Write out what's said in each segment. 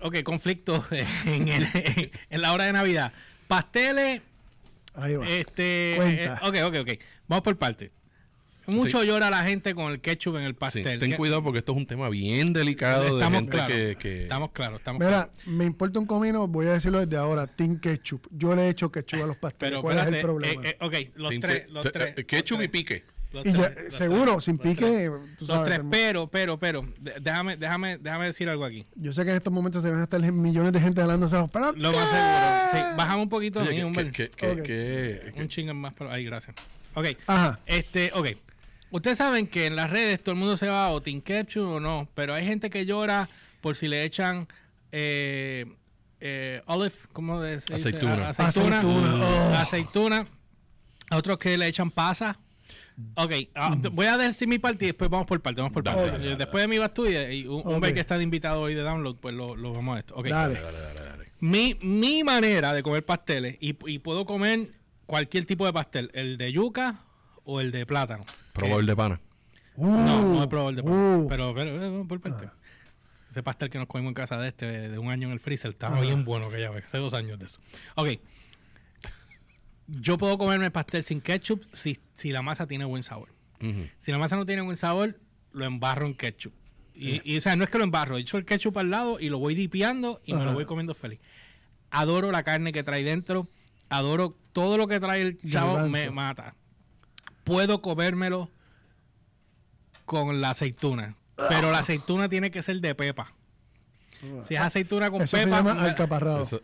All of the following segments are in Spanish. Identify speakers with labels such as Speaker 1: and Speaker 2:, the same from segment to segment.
Speaker 1: Ok, conflicto en, el- en la hora de Navidad. Pasteles,
Speaker 2: Ahí va.
Speaker 1: este.
Speaker 2: Cuenta.
Speaker 1: eh, ok, ok, ok. Vamos por parte. Mucho llora la gente con el ketchup en el
Speaker 3: Sí,
Speaker 1: pastel.
Speaker 3: ten
Speaker 1: ¿Qué-
Speaker 3: cuidado porque esto es un tema bien delicado de
Speaker 1: Estamos
Speaker 3: gente
Speaker 1: claros.
Speaker 3: que, que-
Speaker 1: Estamos claros, estamos
Speaker 2: Mira,
Speaker 1: claros.
Speaker 2: me importa un comino, voy a decirlo desde ahora, Team Ketchup. Yo le he hecho ketchup a los pasteles.
Speaker 1: Pero
Speaker 2: ¿Cuál
Speaker 1: espérate,
Speaker 2: es el problema?
Speaker 1: eh, eh, ok, los
Speaker 3: Tinte-
Speaker 1: tres, los
Speaker 3: te-
Speaker 1: tres.
Speaker 3: eh, Ketchup
Speaker 1: los
Speaker 3: y
Speaker 1: tres,
Speaker 3: pique.
Speaker 1: los
Speaker 2: Y ya-
Speaker 1: tres, los
Speaker 2: seguro,
Speaker 1: tres,
Speaker 2: sin
Speaker 1: los tres.
Speaker 2: pique, tú
Speaker 1: Los
Speaker 2: sabes.
Speaker 1: tres,
Speaker 2: hermano.
Speaker 1: pero, pero, pero, de- déjame, déjame, déjame decir algo aquí.
Speaker 2: Yo sé que en estos momentos se van a estar millones de gente jalándose los palos.
Speaker 1: Lo más seguro. Sí, bajamos un poquito
Speaker 3: Oye,
Speaker 1: ahí,
Speaker 3: que-
Speaker 1: hombre.
Speaker 3: que- que-
Speaker 2: Ok.
Speaker 3: que- que-
Speaker 1: Un chingo más, pero ahí, gracias. Ok.
Speaker 2: Ajá.
Speaker 1: Este, ok. Ustedes saben que en las redes todo el mundo se va o Team Ketchup o no, pero hay gente que llora por si le echan eh, eh, olive, ¿cómo se dice? A-
Speaker 3: Aceituna.
Speaker 1: Aceituna.
Speaker 2: Aceituna.
Speaker 1: Mm.
Speaker 2: Oh.
Speaker 1: Aceituna. A otros que le echan pasa. Ok, ah, te- voy a decir mi parte y después vamos por parte. Vamos por parte.
Speaker 2: Mm. dale, dale,
Speaker 1: Después de mi vas tú y, y un, un
Speaker 2: Ok.
Speaker 1: hombre que está de invitado hoy de download, pues lo, lo vamos a esto. Ok.
Speaker 2: Dale.
Speaker 1: Mi, mi manera de comer pasteles, y, y puedo comer cualquier tipo de pastel, el de yuca o el de plátano.
Speaker 3: Probable de pana.
Speaker 1: No,
Speaker 2: Uh,
Speaker 1: no he probado el de plátano.
Speaker 2: uh.
Speaker 1: Pero, pero, eh, no, por parte. Ese pastel que nos comimos en casa de este, de, de un año en el freezer, estaba bien bueno que ya ves, hace dos años de eso. Ok. Yo puedo comerme el pastel sin ketchup si, si la masa tiene buen sabor.
Speaker 3: Ujú.
Speaker 1: Si la masa no tiene buen sabor, lo embarro en ketchup.
Speaker 2: Eh.
Speaker 1: Y, y, o sea, no es que lo embarro, echo el ketchup al lado y lo voy dipeando y me lo
Speaker 2: Ajá.
Speaker 1: voy comiendo feliz. Adoro la carne que trae dentro, adoro todo lo que trae el chavo,
Speaker 2: Garbanzo.
Speaker 1: me mata. Puedo comérmelo con la aceituna, pero la aceituna tiene que ser de pepa. Si es aceituna con
Speaker 2: Eso se
Speaker 1: pepa,
Speaker 2: llama
Speaker 1: no-
Speaker 2: alcaparrado.
Speaker 3: Eso-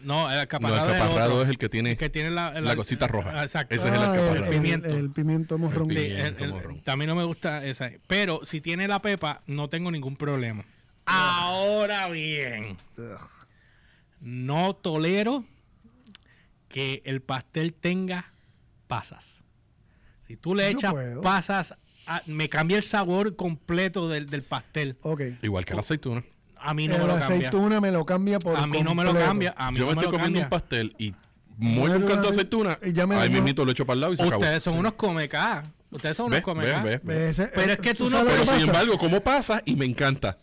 Speaker 1: no, el
Speaker 3: no,
Speaker 1: acaparrado,
Speaker 3: el
Speaker 1: es, el
Speaker 3: caparrado
Speaker 1: otro,
Speaker 3: es el que tiene.
Speaker 1: el que tiene la,
Speaker 3: la cosita roja.
Speaker 1: Exacto.
Speaker 3: Ese es el
Speaker 2: Ah,
Speaker 3: alcaparrado.
Speaker 2: El
Speaker 1: Pimiento.
Speaker 2: pimiento. El pimiento morrón.
Speaker 1: Sí,
Speaker 3: Sí,
Speaker 1: el-
Speaker 3: el
Speaker 1: el-
Speaker 3: morrón.
Speaker 1: también no me gusta esa. Pero si tiene la pepa, no tengo ningún problema. Ahora bien, no tolero que el pastel tenga pasas. Si tú le
Speaker 2: Yo
Speaker 1: echas
Speaker 2: puedo.
Speaker 1: pasas, a- me cambia el sabor completo del, del pastel.
Speaker 2: Ok.
Speaker 3: Igual que la aceituna.
Speaker 1: A mí no me
Speaker 2: El
Speaker 1: lo cambia.
Speaker 2: aceituna me lo cambia por
Speaker 1: A mí no me lo
Speaker 2: completo.
Speaker 1: cambia. A mí
Speaker 3: Yo
Speaker 1: no
Speaker 3: me
Speaker 1: me
Speaker 3: estoy
Speaker 1: lo
Speaker 3: comiendo un
Speaker 1: cambia.
Speaker 3: pastel y muy
Speaker 2: Muero
Speaker 3: un canto de
Speaker 2: la-
Speaker 3: aceituna.
Speaker 2: y ya me
Speaker 3: Ahí
Speaker 2: dañó.
Speaker 3: mismito lo echo para el lado y se acabó.
Speaker 1: Ustedes son unos comecá. Ustedes son unos
Speaker 3: ¿Ves?
Speaker 1: comecá.
Speaker 3: ¿Ves? ¿Ves? ¿Ves?
Speaker 2: Ese-
Speaker 1: Pero es que tú no-
Speaker 2: sabes lo
Speaker 3: Pero
Speaker 2: que pasa?
Speaker 3: sin embargo, ¿cómo pasa? Y me encanta.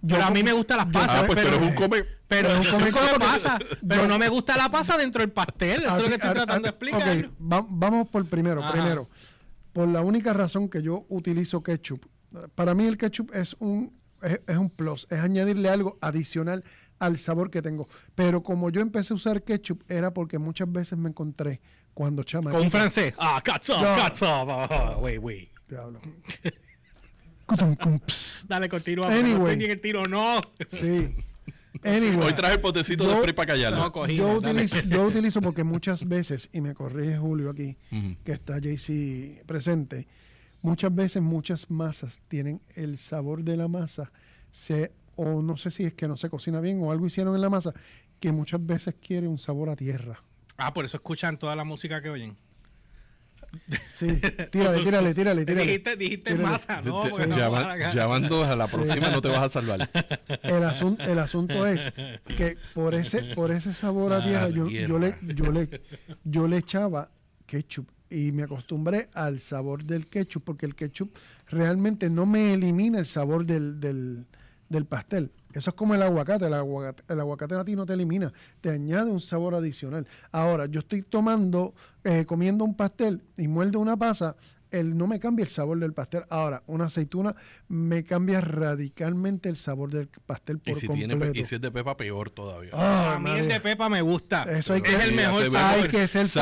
Speaker 2: Yo
Speaker 1: pero a mí
Speaker 2: como-
Speaker 1: me gustan las pasas.
Speaker 3: Ah, pues tú
Speaker 1: pero, eh,
Speaker 3: eres un come.
Speaker 1: Pero
Speaker 2: Pero
Speaker 1: yo
Speaker 2: come
Speaker 1: soy come
Speaker 2: con-
Speaker 1: pasa, pero
Speaker 2: Yo-
Speaker 1: no me gusta la pasa dentro del pastel. Eso
Speaker 2: A
Speaker 1: es lo
Speaker 2: ti-
Speaker 1: que estoy
Speaker 2: a-
Speaker 1: tratando de
Speaker 2: a-
Speaker 1: explicar.
Speaker 2: Ah, ok, va- vamos por primero,
Speaker 1: Ajá.
Speaker 2: primero. Por la única razón que yo utilizo ketchup. Para mí el ketchup es un, es, es un plus, es añadirle algo adicional al sabor que tengo. Pero como yo empecé a usar ketchup era porque muchas veces me encontré cuando chama.
Speaker 1: Con un francés. Ah, catch up,
Speaker 2: No.
Speaker 1: catch up. ah, Wait, wait.
Speaker 2: Diablo. Cutum, cum, ps.
Speaker 1: Dale, continúa.
Speaker 2: Anyway.
Speaker 1: No estoy ni en el tiro, no.
Speaker 2: sí. Anyway.
Speaker 3: Hoy traje el potecito de
Speaker 2: Yo-
Speaker 3: spray para callarlo.
Speaker 1: No, cogí.
Speaker 2: yo,
Speaker 1: dale.
Speaker 2: utilizo, yo utilizo porque muchas veces, y me corrige Julio aquí, que está JC presente, muchas veces muchas masas tienen el sabor de la masa, se, o no sé si es que no se cocina bien o algo hicieron en la masa, que muchas veces quiere un sabor a tierra.
Speaker 1: Ah, por eso escuchan toda la música que oyen.
Speaker 2: Sí, tírale, tírale, tírale, tírale.
Speaker 1: Dijiste, dijiste
Speaker 2: Tírale.
Speaker 1: masa, ¿no?
Speaker 3: Te-
Speaker 1: Porque
Speaker 3: te-
Speaker 1: no,
Speaker 3: llama-
Speaker 1: para acá.
Speaker 3: llamando a la próxima no te vas a salvar.
Speaker 2: El, asun- el asunto es que por ese, por ese sabor a
Speaker 3: Ah,
Speaker 2: tierra, yo,
Speaker 3: tierra.
Speaker 2: yo, le, yo, le, yo le echaba ketchup y me acostumbré al sabor del ketchup porque el ketchup realmente no me elimina el sabor del, del, del pastel. Eso es como el aguacate. el aguacate. El aguacate a ti no te elimina, te añade un sabor adicional. Ahora, yo estoy tomando, eh, comiendo un pastel y muerdo una pasa, él no me cambia el sabor del pastel. Ahora, una aceituna me cambia radicalmente el sabor del pastel por
Speaker 3: Y si, tiene,
Speaker 2: completo.
Speaker 3: pe- y si es de Pepa, peor todavía.
Speaker 2: Ah,
Speaker 1: A mí el
Speaker 2: María.
Speaker 1: de Pepa me gusta.
Speaker 2: Eso hay que-
Speaker 1: es el mejor
Speaker 3: Hay
Speaker 1: sabor.
Speaker 2: que ser
Speaker 1: Es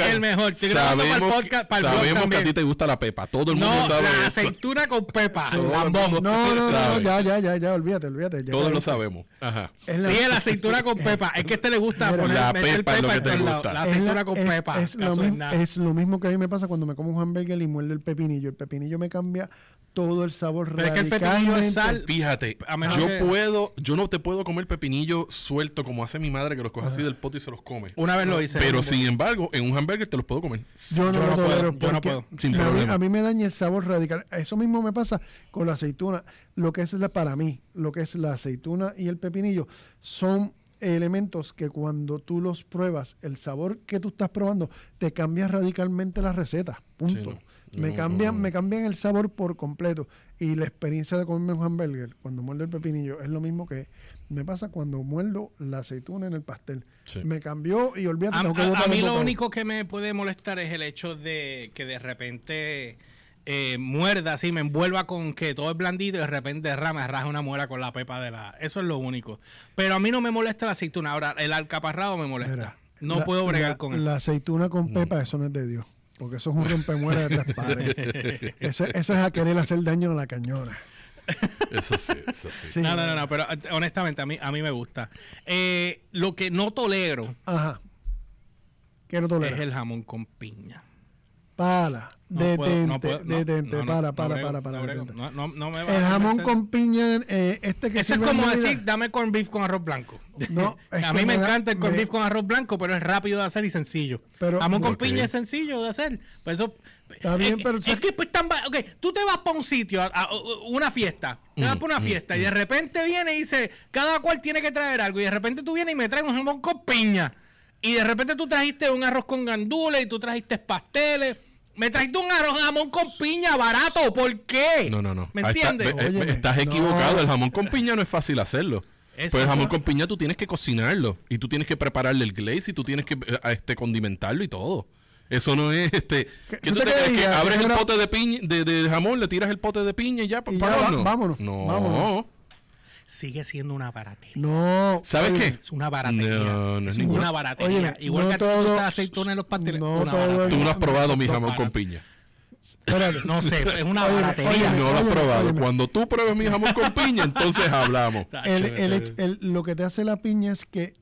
Speaker 1: el mejor. Estoy grabando para el
Speaker 3: sabemos
Speaker 1: podcast-
Speaker 3: que-
Speaker 1: para el blog
Speaker 3: sabemos que a
Speaker 1: también.
Speaker 3: ti te gusta la Pepa. Todo el mundo
Speaker 1: No,
Speaker 3: sabe
Speaker 1: la
Speaker 3: eso.
Speaker 1: aceituna con Pepa.
Speaker 3: Todo el
Speaker 1: Lambón.
Speaker 3: mundo
Speaker 2: No, no, no, no,
Speaker 3: sabe.
Speaker 2: ya, ya, ya, ya, olvídate, olvídate. ya
Speaker 3: Todos lo
Speaker 2: caíste.
Speaker 3: sabemos. Ajá.
Speaker 2: Es
Speaker 1: Y la aceituna con pepa. Es que a este le gusta
Speaker 2: Mira,
Speaker 1: poner
Speaker 3: la
Speaker 1: meter
Speaker 3: pepa es lo que
Speaker 1: en
Speaker 3: te
Speaker 1: todos lados.
Speaker 3: gusta.
Speaker 1: La
Speaker 2: es la-
Speaker 1: aceituna con
Speaker 2: es-
Speaker 1: pepa.
Speaker 2: Es lo,
Speaker 1: Eso
Speaker 2: mismo,
Speaker 1: nada.
Speaker 2: es lo mismo que a mí me pasa cuando me como un hamburger y muerde el pepinillo. El pepinillo me cambia todo el sabor
Speaker 1: Pero es que el pepinillo es sal.
Speaker 3: Fíjate,
Speaker 1: A menos
Speaker 3: yo
Speaker 1: que-
Speaker 3: puedo, yo no te puedo comer pepinillo suelto como hace mi madre que los coge así del poto y se los come.
Speaker 1: Una vez lo hice.
Speaker 3: Pero sin embargo, en un hamburger te los puedo comer.
Speaker 2: Yo
Speaker 1: Yo
Speaker 2: no lo
Speaker 1: no puedo,
Speaker 2: tolero.
Speaker 1: yo no
Speaker 2: porque
Speaker 1: puedo.
Speaker 3: Sin
Speaker 2: a, mí,
Speaker 3: problema.
Speaker 2: a mí me daña el sabor radical. Eso mismo me pasa con la aceituna. Lo que es la, para mí, lo que es la aceituna y el pepinillo son elementos que cuando tú los pruebas, el sabor que tú estás probando te cambia radicalmente la receta. Punto.
Speaker 3: Sí, no.
Speaker 2: Me
Speaker 3: No,
Speaker 2: cambian,
Speaker 3: no, no.
Speaker 2: me cambian el sabor por completo. Y la experiencia de comerme un hamburger cuando muerde el pepinillo es lo mismo que Me pasa cuando muerdo la aceituna en el pastel.
Speaker 3: Sí.
Speaker 2: Me cambió y olvídate.
Speaker 1: A,
Speaker 2: tengo que
Speaker 1: a- a
Speaker 2: botar
Speaker 1: mí
Speaker 2: otro
Speaker 1: lo
Speaker 2: pan.
Speaker 1: único que me puede molestar es el hecho de que de repente eh, muerda, así me envuelva con que todo es blandito y de repente derrama, raja una muela con la pepa de la. Eso es lo único. Pero a mí no me molesta la aceituna. Ahora, el alcaparrado me molesta.
Speaker 2: Mira,
Speaker 1: no
Speaker 2: la-
Speaker 1: puedo bregar
Speaker 2: la-
Speaker 1: con él.
Speaker 2: La aceituna con pepa, eso no es de Dios. Porque eso es un rompemuela de tres pares. Eso, eso es a querer hacer daño a la cañona.
Speaker 3: Eso sí, eso sí.
Speaker 2: Sí.
Speaker 1: No, no, no, no, pero eh, honestamente a mí, a mí me gusta. Eh, lo que no tolero
Speaker 2: Ajá. Quiero tolerar.
Speaker 1: es el jamón con piña.
Speaker 2: Para.
Speaker 1: No
Speaker 2: detente,
Speaker 1: puedo, no puedo, no,
Speaker 2: detente.
Speaker 1: no, no,
Speaker 2: para,
Speaker 1: no
Speaker 2: para,
Speaker 1: brego,
Speaker 2: para, para,
Speaker 1: no brego.
Speaker 2: detente.
Speaker 1: No, no, no me va
Speaker 2: El
Speaker 1: a
Speaker 2: jamón
Speaker 1: convencer.
Speaker 2: con piña, eh, este que
Speaker 1: Eso es
Speaker 2: sirve en
Speaker 1: como
Speaker 2: Navidad.
Speaker 1: decir, dame corn beef con arroz blanco.
Speaker 2: No, es
Speaker 1: a mí
Speaker 2: que
Speaker 1: me
Speaker 2: me da-
Speaker 1: encanta el corn
Speaker 2: me-
Speaker 1: beef con arroz blanco, pero es rápido de hacer y sencillo.
Speaker 2: Pero-
Speaker 1: jamón con
Speaker 3: Ok.
Speaker 1: piña es sencillo de hacer. Pues eso,
Speaker 2: Está bien,
Speaker 1: eh,
Speaker 2: pero-
Speaker 1: es que pues, tan ba- ok, tú te vas para un sitio, a, a- una fiesta, te
Speaker 3: Mm,
Speaker 1: vas para una fiesta y de repente viene y dice, cada cual tiene que traer algo y de repente tú vienes y me traes un jamón con piña y de repente tú trajiste un arroz con gandules y tú trajiste pasteles. Me trajiste un arroz jamón con piña barato, ¿por qué?
Speaker 3: No, no, no.
Speaker 1: Eh, ¿Me
Speaker 3: Ahí está-
Speaker 1: entiendes?
Speaker 3: ve- eh,
Speaker 2: Óyeme,
Speaker 3: estás
Speaker 2: no.
Speaker 3: equivocado. El jamón con piña no es fácil hacerlo.
Speaker 1: Eso
Speaker 3: Pues el jamón
Speaker 1: no.
Speaker 3: con piña tú tienes que cocinarlo y tú tienes que prepararle el glaze y tú tienes que eh, este, condimentarlo y todo. Eso no es este.
Speaker 2: ¿Qué-
Speaker 3: ¿Qué
Speaker 2: tú
Speaker 3: tú
Speaker 2: te
Speaker 3: te crees?
Speaker 2: crees,
Speaker 3: que
Speaker 2: ya,
Speaker 3: abres el
Speaker 2: señora?
Speaker 3: pote de piña, de, de jamón, le tiras el pote de piña y ya, pues, pa-
Speaker 2: Y ya
Speaker 3: para el
Speaker 2: va-
Speaker 3: horno?
Speaker 2: vámonos,
Speaker 3: No.
Speaker 2: vámonos.
Speaker 1: Sigue siendo una baratera.
Speaker 2: No.
Speaker 3: ¿Sabes
Speaker 2: oye,
Speaker 3: qué?
Speaker 1: Es una baratería.
Speaker 3: No,
Speaker 1: es
Speaker 3: no es ninguna.
Speaker 1: una baratería.
Speaker 2: Oye,
Speaker 1: Igual
Speaker 2: no
Speaker 1: que a ti te
Speaker 2: todo-
Speaker 1: gusta la aceituna en los pasteles.
Speaker 2: no
Speaker 1: una
Speaker 2: todo
Speaker 1: baratería.
Speaker 3: Tú no has probado mi
Speaker 1: Son
Speaker 3: jamón con
Speaker 1: baratas.
Speaker 3: piña.
Speaker 2: Espérate.
Speaker 1: No sé, es una
Speaker 2: Oye,
Speaker 1: baratería.
Speaker 2: oye,
Speaker 3: No lo has
Speaker 2: óyeme,
Speaker 3: probado.
Speaker 2: óyeme.
Speaker 3: Cuando tú pruebes mi jamón con piña, entonces hablamos.
Speaker 1: Ah,
Speaker 2: El- el
Speaker 3: eh.
Speaker 2: hecho- el- lo que te hace la piña es que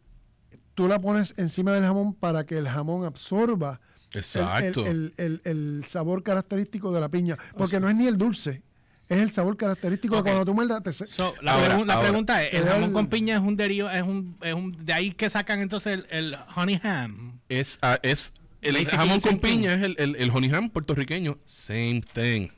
Speaker 2: tú la pones encima del jamón para que el jamón absorba el-
Speaker 3: Exacto.
Speaker 2: el, el- el- el sabor característico de la piña. Porque no es ni el dulce, es el sabor característico
Speaker 1: Ok.
Speaker 2: de cuando tú muerdas. te se-
Speaker 1: So, la,
Speaker 3: Ahora,
Speaker 1: pregun- la
Speaker 3: ahora.
Speaker 1: pregunta es, ¿el
Speaker 2: Pero
Speaker 1: jamón
Speaker 2: el-
Speaker 1: con piña es un derivo, es un, es un, de ahí que sacan entonces el, el honey ham?
Speaker 3: Es, ah, es el
Speaker 1: Basically
Speaker 3: jamón
Speaker 1: same
Speaker 3: con
Speaker 1: thing.
Speaker 3: piña es el, el, el honey ham puertorriqueño. Same thing.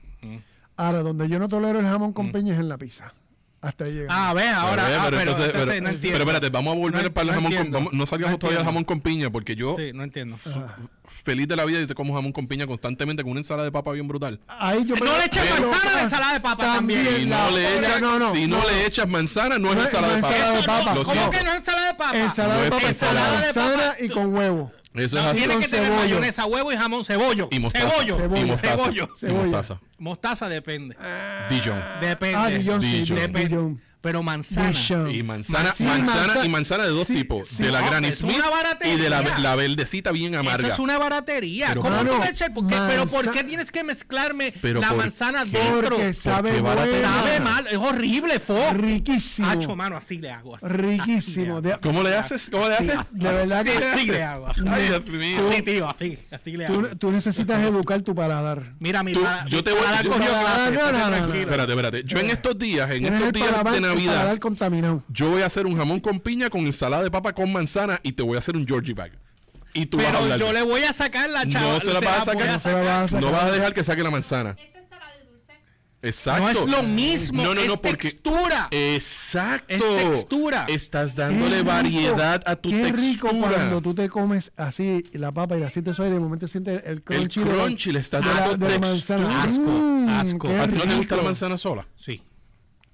Speaker 2: Ahora, donde yo no tolero el jamón con piña es en la pizza. Hasta ahí llegamos.
Speaker 1: Mm. Ah, ve, ahora,
Speaker 3: Pero,
Speaker 1: ah,
Speaker 3: pero
Speaker 1: pero,
Speaker 3: entonces-
Speaker 1: entonces
Speaker 3: pero-
Speaker 1: no entiendo.
Speaker 3: pero espérate, vamos a volver
Speaker 1: No-
Speaker 3: para el
Speaker 1: no
Speaker 3: jamón con,
Speaker 1: entiendo.
Speaker 3: vamos- no salgamos
Speaker 1: No
Speaker 3: todavía el
Speaker 1: entiendo.
Speaker 3: jamón con piña porque yo
Speaker 1: Sí, no entiendo.
Speaker 2: Ajá.
Speaker 3: feliz de la vida y te como jamón con piña constantemente con una ensalada de papa bien brutal.
Speaker 2: Ahí yo
Speaker 1: No le eches
Speaker 2: pero-
Speaker 1: manzana a la ensalada de papa también.
Speaker 3: Si
Speaker 1: En
Speaker 3: no,
Speaker 2: la-
Speaker 3: le
Speaker 2: Mira,
Speaker 3: echas,
Speaker 2: no, no,
Speaker 3: si no,
Speaker 2: no,
Speaker 3: le echas manzana, no es
Speaker 2: No es- no
Speaker 3: ensalada de
Speaker 2: es
Speaker 3: papa.
Speaker 2: ensalada de
Speaker 1: Eso no,
Speaker 2: papa.
Speaker 3: Lo
Speaker 1: ¿Cómo
Speaker 3: siento.
Speaker 1: que no ensalada de papa?
Speaker 2: Ensalada de
Speaker 3: No es
Speaker 2: papa,
Speaker 3: ensalada
Speaker 2: ensalada
Speaker 1: de papa.
Speaker 2: y con huevo.
Speaker 3: Eso es
Speaker 1: No,
Speaker 3: así.
Speaker 1: tiene que tener
Speaker 2: Con cebollo.
Speaker 1: mayonesa, huevo y jamón, cebollo.
Speaker 3: Y mostaza.
Speaker 1: cebollo.
Speaker 3: Y
Speaker 2: Cebollo.
Speaker 3: mostaza.
Speaker 1: Cebollo.
Speaker 3: Y mostaza.
Speaker 1: Mostaza depende.
Speaker 3: Dijon.
Speaker 1: Depende.
Speaker 2: Ah, Dijon, sí,
Speaker 3: Dijon.
Speaker 1: Depende.
Speaker 2: Dijon.
Speaker 1: Pero manzana.
Speaker 2: Dijon.
Speaker 3: Y manzana,
Speaker 2: Sí,
Speaker 3: manzana,
Speaker 2: manza-
Speaker 3: y manzana de dos
Speaker 2: sí,
Speaker 3: tipos,
Speaker 2: sí.
Speaker 3: de la
Speaker 1: No,
Speaker 3: Granny
Speaker 1: Ah, es una
Speaker 3: Smith
Speaker 1: baratería.
Speaker 3: y de la, la verdecita bien amarga.
Speaker 1: Eso es una baratería.
Speaker 3: Pero
Speaker 1: ¿Cómo
Speaker 2: claro,
Speaker 1: tú le echas? ¿Por qué- pero ¿por
Speaker 2: manza-
Speaker 1: qué tienes que mezclarme
Speaker 3: Pero
Speaker 1: la
Speaker 3: ¿por
Speaker 1: manzana
Speaker 3: qué?
Speaker 1: dentro?
Speaker 2: Porque sabe
Speaker 3: barata-
Speaker 2: bueno.
Speaker 1: Sabe mal, es horrible, fo.
Speaker 2: Riquísimo.
Speaker 1: Hacho, mano, así le hago. así, así le
Speaker 2: Riquísimo.
Speaker 1: hago.
Speaker 2: De,
Speaker 3: ¿Cómo le haces? ¿Cómo le haces?
Speaker 2: de verdad
Speaker 1: Así
Speaker 2: que
Speaker 1: le hago.
Speaker 3: Ay, Dios mío.
Speaker 1: Sí, tío, así, así le hago.
Speaker 2: tú, tú necesitas educar tu paladar.
Speaker 1: Mira, mi
Speaker 3: tú-
Speaker 1: pala-
Speaker 3: yo
Speaker 1: mi
Speaker 3: te voy-
Speaker 1: paladar
Speaker 3: yo-
Speaker 1: cogió
Speaker 2: No, no,
Speaker 1: clase,
Speaker 2: no,
Speaker 1: estate
Speaker 2: no, no,
Speaker 1: tranquilo.
Speaker 3: Espérate, espérate. Yo en estos días, en
Speaker 2: Tienes Este
Speaker 3: estos
Speaker 2: el
Speaker 3: días
Speaker 2: paladar, el
Speaker 3: de Navidad,
Speaker 2: paladar contaminado.
Speaker 3: yo voy a hacer un jamón con piña con ensalada de papa con manzana y te voy a hacer un Georgie bag. Y tú vas a
Speaker 1: Pero
Speaker 3: hablar.
Speaker 1: yo le voy a sacar la chava.
Speaker 3: No se la vas a
Speaker 1: voy
Speaker 3: sacar,
Speaker 2: No se la vas a
Speaker 3: No
Speaker 2: sacar.
Speaker 3: vas a dejar que saque la manzana.
Speaker 4: Esta es la ¿Este de dulce.
Speaker 1: No
Speaker 3: Exacto.
Speaker 1: es lo mismo.
Speaker 3: No, no, no,
Speaker 1: es
Speaker 3: porque- eh,
Speaker 1: textura.
Speaker 3: Exacto.
Speaker 1: Es textura.
Speaker 3: Estás
Speaker 2: Qué
Speaker 3: dándole
Speaker 2: rico,
Speaker 3: variedad a tu
Speaker 2: qué
Speaker 3: textura.
Speaker 2: rico cuando tú te comes así la papa y la sientes suave y de momento sientes el
Speaker 3: el
Speaker 2: crunchy, de-
Speaker 3: crunchy le estás
Speaker 2: de la-
Speaker 3: dando
Speaker 2: de la
Speaker 3: textura.
Speaker 2: manzana.
Speaker 1: Asco,
Speaker 2: Mm,
Speaker 1: asco.
Speaker 2: qué
Speaker 3: ¿A ti no te gusta la
Speaker 2: rico.
Speaker 3: manzana sola?
Speaker 1: Sí.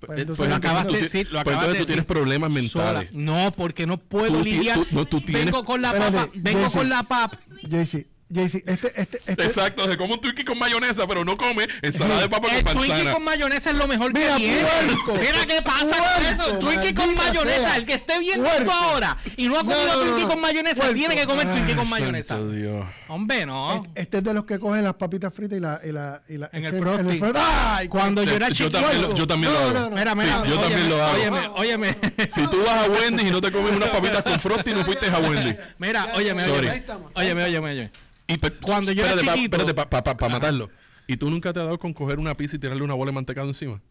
Speaker 2: Pues entonces
Speaker 3: lo
Speaker 2: lo
Speaker 3: acabas
Speaker 1: acabas
Speaker 3: de
Speaker 1: de decir, lo acabas
Speaker 3: pues entonces
Speaker 1: de
Speaker 3: tú
Speaker 1: decir.
Speaker 3: tienes problemas mentales.
Speaker 1: Sola. No, porque no puedo
Speaker 3: Tú ti-
Speaker 1: lidiar.
Speaker 3: tú- no, tú tienes-
Speaker 1: Vengo con la
Speaker 2: Espérate,
Speaker 1: papa. Vengo
Speaker 2: Jesse.
Speaker 1: con la papa.
Speaker 2: Jaycee, Jaycee, este, este, este.
Speaker 3: Exacto, se come un Twinkie con mayonesa, pero no come ensalada de papa
Speaker 1: El
Speaker 3: con
Speaker 1: Twinkie
Speaker 3: manzana.
Speaker 1: con mayonesa es lo mejor que
Speaker 2: Mira,
Speaker 1: tiene.
Speaker 2: puerco.
Speaker 1: Mira qué pasa con
Speaker 2: Puerco,
Speaker 1: eso. El Twinkie con
Speaker 2: maldita
Speaker 1: mayonesa.
Speaker 2: sea.
Speaker 1: El que esté viendo
Speaker 2: Puerco.
Speaker 1: esto ahora y no ha
Speaker 2: No,
Speaker 1: comido
Speaker 2: no, no,
Speaker 1: Twinkie
Speaker 2: no.
Speaker 1: con mayonesa,
Speaker 2: Puerco.
Speaker 1: tiene que comer Twinkie con mayonesa.
Speaker 3: Santo Dios.
Speaker 1: Hombre, no.
Speaker 2: Este es de los que cogen las papitas fritas y la. Y la, y la
Speaker 1: En el
Speaker 2: echen
Speaker 1: frosting.
Speaker 2: frosting.
Speaker 3: ¡Ah!
Speaker 2: ¡Ay!
Speaker 1: Cuando yo era
Speaker 3: Yo
Speaker 1: chiquito.
Speaker 3: también lo- yo también lo
Speaker 2: No,
Speaker 3: hago.
Speaker 2: no, no.
Speaker 1: Mira, mira.
Speaker 3: Sí, yo también lo hago.
Speaker 1: Óyeme, óyeme.
Speaker 3: Si tú vas a Wendy y no te comes unas papitas con frosty, no fuiste a Wendy.
Speaker 1: Mira,
Speaker 2: Ya,
Speaker 1: óyeme,
Speaker 3: sorry.
Speaker 1: óyeme.
Speaker 2: Ahí estamos.
Speaker 1: Óyeme, óyeme, óyeme.
Speaker 3: Y pe-
Speaker 1: Cuando yo era
Speaker 3: espérate, pa-
Speaker 1: chiquito-
Speaker 3: espérate, para matarlo. ¿Y tú nunca te has dado con coger una pizza y tirarle una bola de mantecado encima?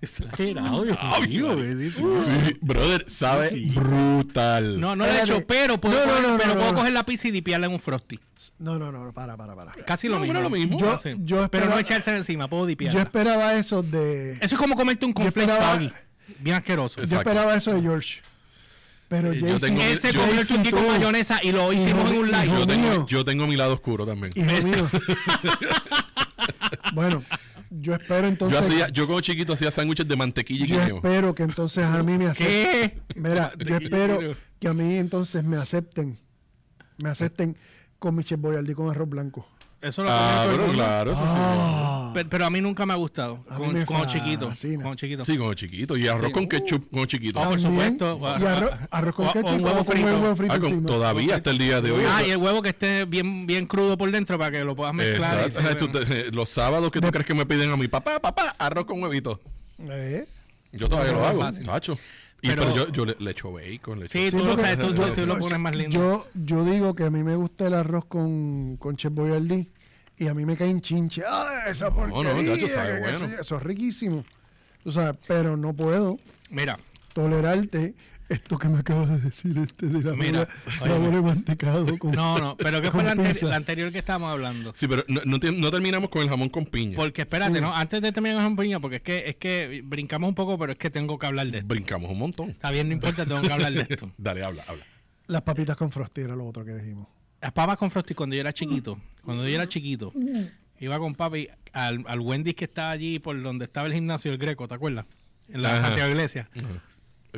Speaker 1: Exagerado, Dios mío, bendito.
Speaker 3: Sí, brother, sabe brutal.
Speaker 1: No, no lo he
Speaker 2: Espérate.
Speaker 1: hecho, pero puedo,
Speaker 2: No, no,
Speaker 1: coger,
Speaker 2: no, no,
Speaker 1: pero
Speaker 2: no,
Speaker 1: puedo
Speaker 2: no.
Speaker 1: coger la pizza y dipiarla en un frosty.
Speaker 2: No, no, no, no, para, para, para.
Speaker 1: Casi lo
Speaker 3: No,
Speaker 1: mismo.
Speaker 3: bueno, lo mismo.
Speaker 1: Yo-
Speaker 2: Yo-
Speaker 1: yo
Speaker 2: yo
Speaker 1: pero no
Speaker 2: esperaba-
Speaker 1: echarse encima, puedo dipiarla.
Speaker 2: Yo esperaba eso de.
Speaker 1: Eso es como comerte un conflicto
Speaker 2: esperaba-
Speaker 1: soggy. Bien asqueroso.
Speaker 2: Yo
Speaker 3: Exacto.
Speaker 2: esperaba eso de George. Pero
Speaker 3: Eh, yo
Speaker 2: Jaycee.
Speaker 3: tengo-
Speaker 1: Él se
Speaker 3: yo-
Speaker 1: comió el
Speaker 2: Jaycee,
Speaker 1: chuki
Speaker 2: tú.
Speaker 1: con mayonesa y lo hicimos en un live.
Speaker 3: yo,
Speaker 2: Dios
Speaker 3: tengo,
Speaker 2: mío.
Speaker 3: yo tengo mi lado oscuro también.
Speaker 2: Hijo mío. bueno, Yo espero
Speaker 3: yo,
Speaker 2: entonces.
Speaker 3: hacía, yo como chiquito hacía sándwiches de mantequilla y
Speaker 2: yo
Speaker 3: guineo.
Speaker 2: espero que entonces a mí me acepten.
Speaker 1: ¿Qué?
Speaker 2: Mira, yo
Speaker 3: Mantequilla y
Speaker 2: espero
Speaker 3: guineo.
Speaker 2: que a mí entonces me acepten. Me acepten con mi chef boyardee con arroz blanco.
Speaker 1: Eso lo
Speaker 3: Ah,
Speaker 1: comía todo el
Speaker 3: pero
Speaker 1: mundo.
Speaker 3: claro, eso sí.
Speaker 2: Ah,
Speaker 1: Pero, pero a mí nunca me ha gustado.
Speaker 2: A mí
Speaker 1: Con,
Speaker 2: me
Speaker 1: con chiquito.
Speaker 2: fascina.
Speaker 1: Con chiquito.
Speaker 3: Sí, como chiquito. Y arroz
Speaker 1: Sí.
Speaker 3: con ketchup, como chiquito.
Speaker 1: Ah, por
Speaker 2: también.
Speaker 1: supuesto.
Speaker 2: Y arroz, arroz con
Speaker 1: O- o
Speaker 2: ketchup
Speaker 1: un
Speaker 2: y
Speaker 1: huevo
Speaker 2: con
Speaker 1: frito.
Speaker 3: Ah, con-
Speaker 2: encima.
Speaker 3: todavía hasta el día de hoy.
Speaker 1: Ah,
Speaker 3: eso-
Speaker 1: y el huevo que esté bien, bien crudo por dentro para que lo puedas mezclar. y
Speaker 3: Exacto.
Speaker 1: se
Speaker 3: Ay, tú
Speaker 1: vea.
Speaker 3: te- eh, los sábados que tú crees que me piden a mi papá, papá, arroz con huevito.
Speaker 2: Eh,
Speaker 3: Yo todavía lo
Speaker 1: es
Speaker 3: hago,
Speaker 1: fácil.
Speaker 3: tacho. Y
Speaker 1: Pero-
Speaker 3: pero, yo, yo le, le echo bacon, le echo...
Speaker 1: Sí, tú, lo,
Speaker 2: porque-
Speaker 1: tú- tú- tú lo pones más lindo.
Speaker 2: Yo, yo digo que a mí me gusta el arroz con, con Chef Boyardee y a mí me caen chinche. ¡Ah, esa
Speaker 3: No, no,
Speaker 2: porquería!
Speaker 3: ya tú sabes,
Speaker 2: que- que
Speaker 3: bueno.
Speaker 2: sí, Eso es riquísimo. Tú sabes, pero no puedo
Speaker 1: Mira,
Speaker 2: tolerarte esto que me acabas de decir este de la
Speaker 1: Mira,
Speaker 2: bola, la
Speaker 1: óyeme.
Speaker 2: bola de mantecado con
Speaker 1: no, no, pero ¿qué fue
Speaker 2: Con
Speaker 1: la, anteri-
Speaker 2: pizza.
Speaker 1: la anterior que estábamos hablando?
Speaker 3: Sí, pero no, no te- no terminamos con el jamón con piña.
Speaker 1: Porque espérate, ¿no? Antes de terminar con piña, porque es que, es que brincamos un poco, pero es que tengo que hablar de esto.
Speaker 3: Brincamos un montón.
Speaker 1: Está bien, no importa, tengo que hablar de esto.
Speaker 3: Dale, habla, habla.
Speaker 2: las papitas con frosty era lo otro que dijimos.
Speaker 1: Las papas con Frosty, cuando yo era chiquito, cuando yo era chiquito, iba con papi al, al Wendy's que estaba allí por donde estaba el gimnasio, el Greco, ¿te acuerdas? En la
Speaker 3: Ajá.
Speaker 1: Santiago Iglesia.